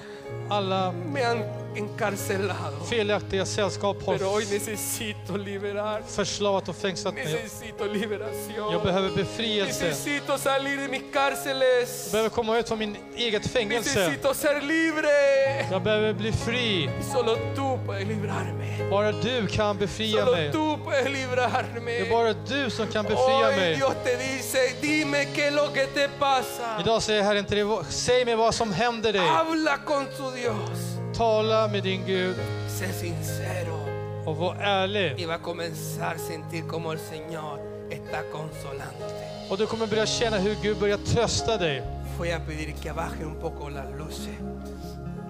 Speaker 2: alla
Speaker 1: me han encarcelado.
Speaker 2: felaktiga sällskap
Speaker 1: Pero hoy
Speaker 2: har
Speaker 1: necesito liberar.
Speaker 2: förslavat och fängslat mig.
Speaker 1: Necesito liberación.
Speaker 2: Jag behöver befrielse.
Speaker 1: Necesito salir de mis cárceles.
Speaker 2: Jag behöver komma ut från min eget fängelse.
Speaker 1: Necesito ser libre.
Speaker 2: Jag behöver bli fri.
Speaker 1: Solo tú puedes librarme.
Speaker 2: Bara du kan befria
Speaker 1: Solo
Speaker 2: mig.
Speaker 1: tú puedes
Speaker 2: Det
Speaker 1: librarme.
Speaker 2: är bara du som kan befria
Speaker 1: Hoy
Speaker 2: mig.
Speaker 1: Dios te dice, dime qué es lo que te pasa.
Speaker 2: Idag säger Herren till dig, "Vad- säg mig vad som händer dig.
Speaker 1: Habla con tu Dios.
Speaker 2: Tala med din Gud
Speaker 1: Sé sincero
Speaker 2: och var ärlig.
Speaker 1: y va a comenzar a sentir como el Señor está consolándote.
Speaker 2: Och du kommer börja känna hur Gud börjar trösta dig.
Speaker 1: Voy a pedir que bajen un poco las luces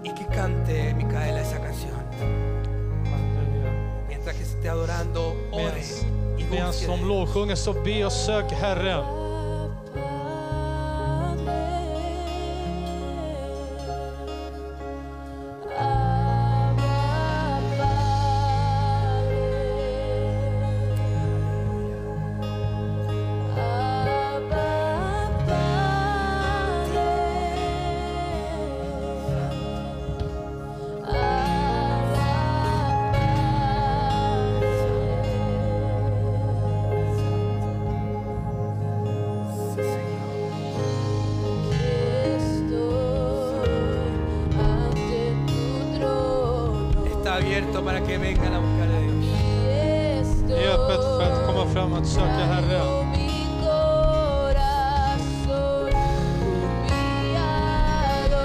Speaker 1: y que cante Micaela esa canción. Mientras que se esté adorando, ore
Speaker 2: Medans,
Speaker 1: y
Speaker 2: medans
Speaker 1: busque.
Speaker 2: de lovsjunger så be och sök Herren.
Speaker 1: Está abierto para que vengan a buscar a Dios.
Speaker 2: Det är öppet för att komma fram och söka Herren.
Speaker 3: Mi corazón humillado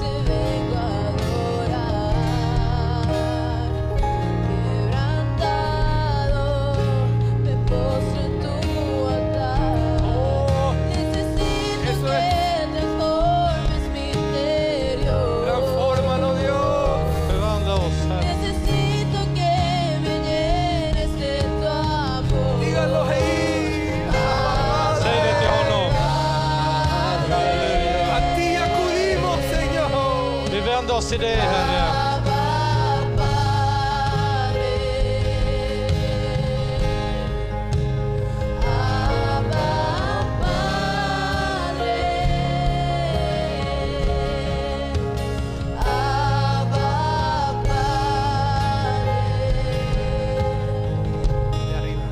Speaker 3: te vengo a adorar. Quebrantado me postro en tu
Speaker 2: dig, Herre.
Speaker 1: de arriba.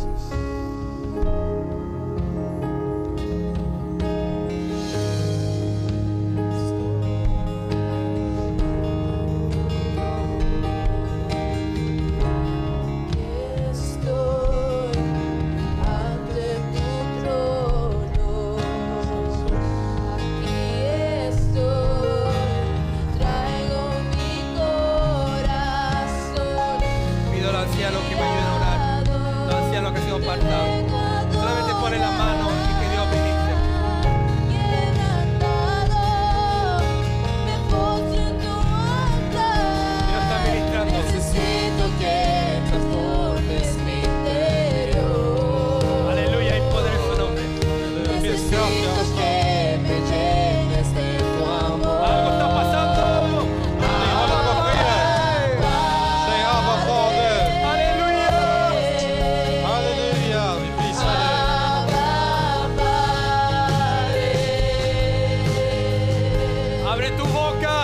Speaker 2: Jesus.
Speaker 3: Estoy ante tu trono. Aquí estoy, traigo mi corazón.
Speaker 1: Pido al anciano que me ayude a orar. Los ancianos que han sido apartados. Solamente pone la mano y que Dios bendice.
Speaker 3: Quebrantado, me postro en tu
Speaker 1: Dios está
Speaker 3: altar.
Speaker 1: ministrando.
Speaker 3: Necesito que transformes mi interior.
Speaker 1: Aleluya, hay poder en su nombre.
Speaker 2: Det finns
Speaker 3: Necesito
Speaker 2: kraft i hans namn.
Speaker 3: que me llenes de tu amor.
Speaker 1: Algo está pasando.
Speaker 2: Vi håller på att ske. Säg Abba Fader.
Speaker 1: Aleluya.
Speaker 2: Halleluja, vi prisar dig.
Speaker 3: Abba, Padre.
Speaker 1: Abre tu boca.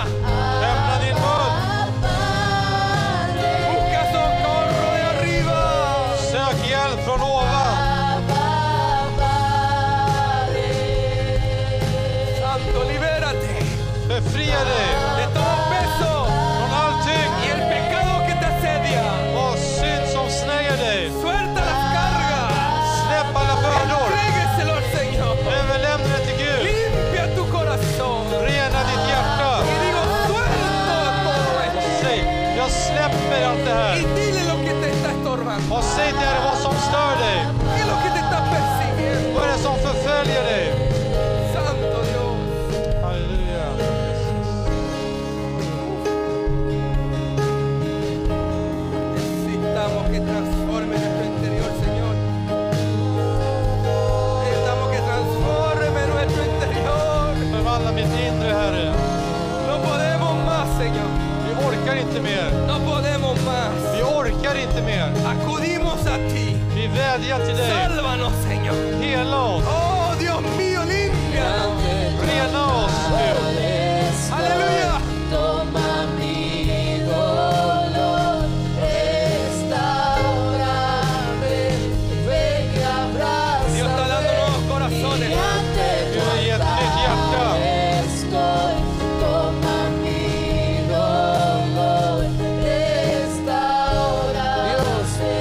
Speaker 2: Öppna din mun.
Speaker 1: Busca socorro de arriba.
Speaker 2: Sök hjälp från ovan.
Speaker 1: Santo, libérate
Speaker 2: Befria dig
Speaker 1: de todo peso y
Speaker 2: från allting.
Speaker 1: el pecado que te asedia.
Speaker 2: Och synd som snärjer dig.
Speaker 1: Suelta las cargas.
Speaker 2: Släpp alla bördor.
Speaker 1: Entrégueselo al Señor.
Speaker 2: Överlämna det till Gud.
Speaker 1: Limpia tu corazón.
Speaker 2: Rena ditt hjärta.
Speaker 1: Y digo, suelto todo esto.
Speaker 2: Säg, jag släpper allt det
Speaker 1: Y
Speaker 2: här.
Speaker 1: dile lo que te está estorbando.
Speaker 2: Och säg till Herre vad som stör dig.
Speaker 1: ¿Qué es lo que te está persiguiendo?
Speaker 2: Vad är det som förföljer dig?
Speaker 1: Santo Dios.
Speaker 2: Halleluja.
Speaker 1: Necesitamos que transforme nuestro interior, Señor. Necesitamos que transforme nuestro interior.
Speaker 2: Förvandla mitt inre, Herre.
Speaker 1: No podemos más, Señor.
Speaker 2: Vi orkar inte mer.
Speaker 1: No podemos más.
Speaker 2: Vi orkar inte mer.
Speaker 1: Acudimos a ti.
Speaker 2: Vi vädjar till dig.
Speaker 1: Sálvanos, Señor.
Speaker 2: Hela oss.
Speaker 1: Oh, Dios mío, límpianos.
Speaker 2: Rena oss nu.
Speaker 1: Aleluya.
Speaker 3: Toma mi dolor, restaurame, ven que abrázame.
Speaker 1: Dios está dando nuevos corazones.
Speaker 3: Mírate
Speaker 2: Dios ha gett
Speaker 3: tu
Speaker 2: nytt hjärta.
Speaker 3: altar estoy, toma mi dolor, restaurame,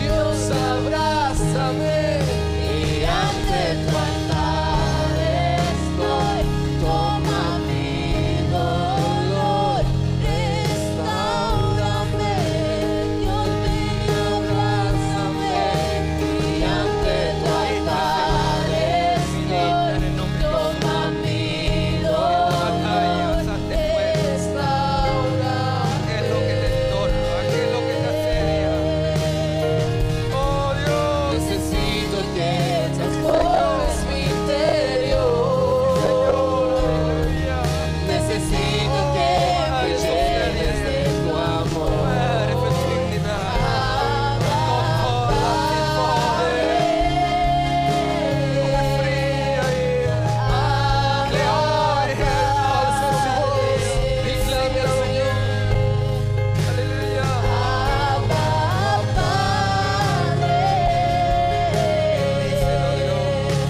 Speaker 3: Dios abrázame. Y ante tu altar estoy, toma mi dolor, restaurame, Dios mío, abrázame. Y ante tu altar estoy, toma mi dolor, restaurame.
Speaker 1: ¿Qué es lo que te estorba? ¿Qué es lo que te asedia? Oh, Dios.
Speaker 3: Necesito que transformes mi interior.
Speaker 1: Aleluya.
Speaker 3: Necesito que me llenes de tu amor.
Speaker 1: Padre, fe, dignidad. Conforta, Padre. Fría y gloria. Díclame, Señor. Aleluya. Díselo, Dios.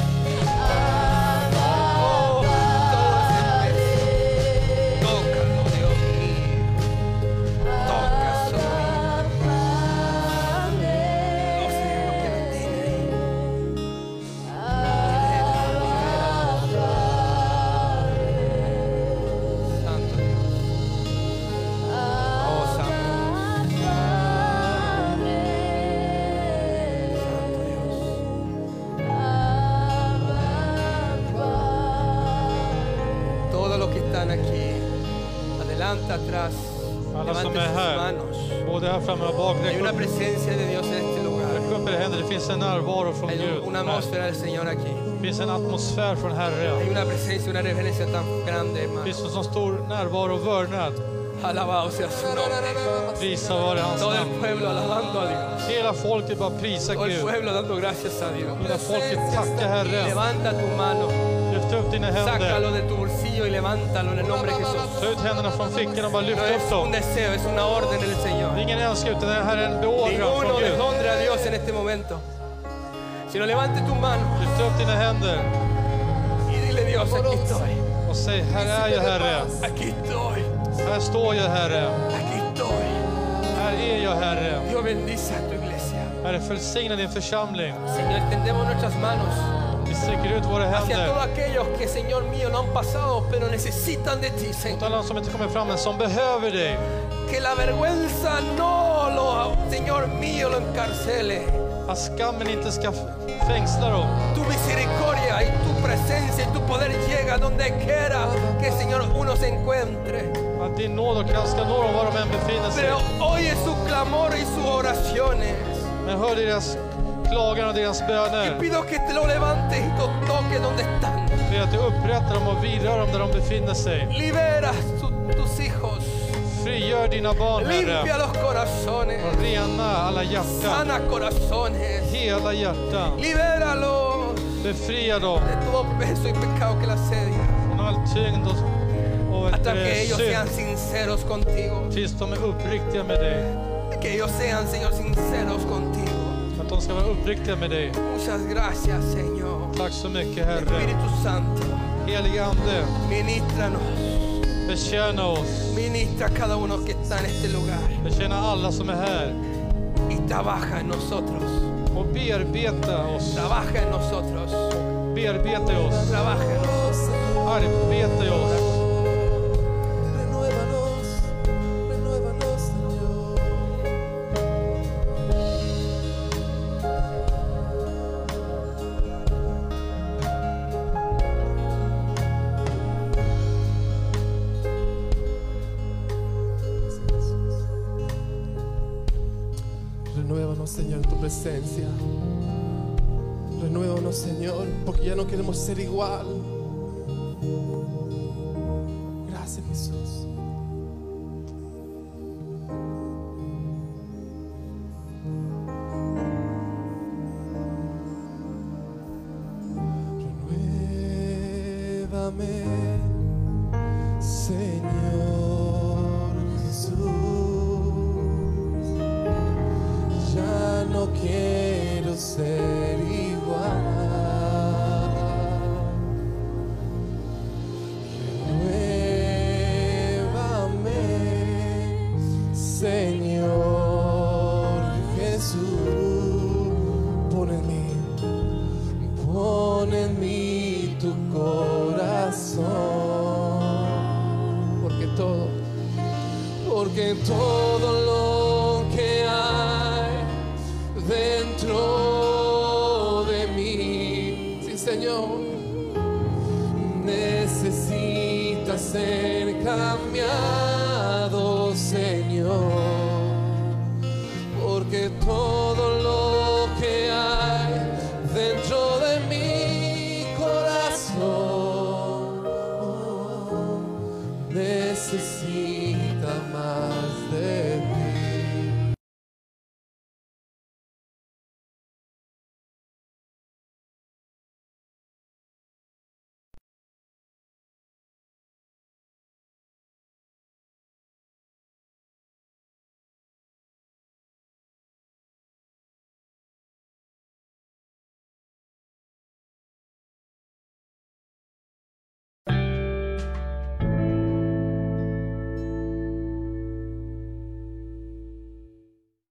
Speaker 1: Oh, todo ese peso. Tócalo, Dios mío. Toca su vida. No sé lo que lo tiene ahí. Santo Dios. Oh, Santo. Santo Dios. Todos los que están aquí, adelante, atrás,
Speaker 2: Alla som
Speaker 1: levanten
Speaker 2: är
Speaker 1: sus
Speaker 2: här.
Speaker 1: manos.
Speaker 2: Både här framme och bak.
Speaker 1: Hay
Speaker 2: Räck
Speaker 1: una
Speaker 2: upp,
Speaker 1: presencia de Dios en este lugar.
Speaker 2: upphöjda händer. Det finns en närvaro från
Speaker 1: Hay
Speaker 2: Gud.
Speaker 1: un- una
Speaker 2: här.
Speaker 1: atmósfera del Señor aquí.
Speaker 2: Det finns en atmosfär från Herren.
Speaker 1: Hay una presencia, una reverencia tan grande,
Speaker 2: Det
Speaker 1: hermano.
Speaker 2: finns en sån stor närvaro och vördnad.
Speaker 1: Alabado sea su nombre.
Speaker 2: Prisa vare hans
Speaker 1: Todo el
Speaker 2: namn.
Speaker 1: pueblo alabando a Dios.
Speaker 2: Hela folket bara prisa
Speaker 1: Todo el
Speaker 2: Gud.
Speaker 1: pueblo dando gracias a Dios.
Speaker 2: Hela folket tacka Herren.
Speaker 1: Levanta tu mano,
Speaker 2: Lyft upp dina
Speaker 1: sácalo
Speaker 2: händer.
Speaker 1: de tu bolsillo y levántalo en el nombre de Jesús.
Speaker 2: Ta ut händerna från fickorna och bara
Speaker 1: No
Speaker 2: lyft upp
Speaker 1: es un
Speaker 2: dem.
Speaker 1: deseo, es una orden del
Speaker 2: Det är
Speaker 1: Señor.
Speaker 2: ingen önskan utan det här är en beordran
Speaker 1: Ninguno
Speaker 2: från Gud.
Speaker 1: deshonra a Dios en este momento. Si no levante tu mano
Speaker 2: Lyft upp dina händer
Speaker 1: y dile Dios, aquí estoy,
Speaker 2: och säg här är jag Herre.
Speaker 1: aquí estoy,
Speaker 2: Här står jag Herre.
Speaker 1: aquí estoy.
Speaker 2: Här är jag Herre.
Speaker 1: Dios bendice a tu iglesia.
Speaker 2: Herre välsigna din församling.
Speaker 1: Señor, extendemos nuestras manos
Speaker 2: Vi sträcker ut våra
Speaker 1: hacia todos
Speaker 2: händer.
Speaker 1: aquellos que, Señor mío, no han pasado, pero necesitan de ti, Señor.
Speaker 2: Mot alla som inte kommer fram men som behöver dig.
Speaker 1: Que la vergüenza no lo, Señor mío, lo encarcele.
Speaker 2: Att skammen inte ska fängsla dem.
Speaker 1: Tu misericordia y tu presencia y tu poder llega donde quiera que, Señor, uno se encuentre.
Speaker 2: Att din nåd och kraft ska nå dem var de än befinner sig.
Speaker 1: Pero oye su clamor y sus oraciones.
Speaker 2: Men hör deras klagan och deras
Speaker 1: Y
Speaker 2: böner.
Speaker 1: pido que te lo levantes y lo toques donde están.
Speaker 2: Be att du upprättar dem och vidrör dem där de befinner sig.
Speaker 1: Libera su- tus hijos.
Speaker 2: Frigör dina barn,
Speaker 1: Limpia
Speaker 2: Herre.
Speaker 1: los corazones.
Speaker 2: Och rena alla hjärtan.
Speaker 1: Sana corazones.
Speaker 2: Hela hjärtan.
Speaker 1: Libéralos
Speaker 2: Befria dem
Speaker 1: de todo peso y pecado que la asedia.
Speaker 2: från all tyngd och, och ett,
Speaker 1: Hasta
Speaker 2: eh,
Speaker 1: que ellos sean
Speaker 2: synd.
Speaker 1: sinceros contigo.
Speaker 2: Tills de är uppriktiga med dig.
Speaker 1: Que ellos sean, Señor, sinceros contigo.
Speaker 2: Att de ska vara uppriktiga med dig.
Speaker 1: Muchas gracias, Señor.
Speaker 2: Tack så mycket, Herre.
Speaker 1: Espíritu Santo,
Speaker 2: Helige Ande,
Speaker 1: ministranos.
Speaker 2: betjäna oss.
Speaker 1: Ministra a cada uno que está en este lugar.
Speaker 2: Betjäna alla som är här.
Speaker 1: y trabaja en nosotros.
Speaker 2: Och bearbeta oss.
Speaker 1: Trabaja en nosotros.
Speaker 2: Bearbeta i oss.
Speaker 1: Trabaja en nosotros.
Speaker 2: Arbeta i oss.
Speaker 4: Renuévanos, renuévanos, Señor. Renuévanos, Señor, en tu presencia. Renuévanos, Señor, porque ya no queremos ser igual. Gracias, Jesús. Renuévame, Señor Jesús. Ya no quiero ser igual. Renuévame, Señor Jesús, pon en mí, pon en mí tu corazón, porque todo, porque todo oh,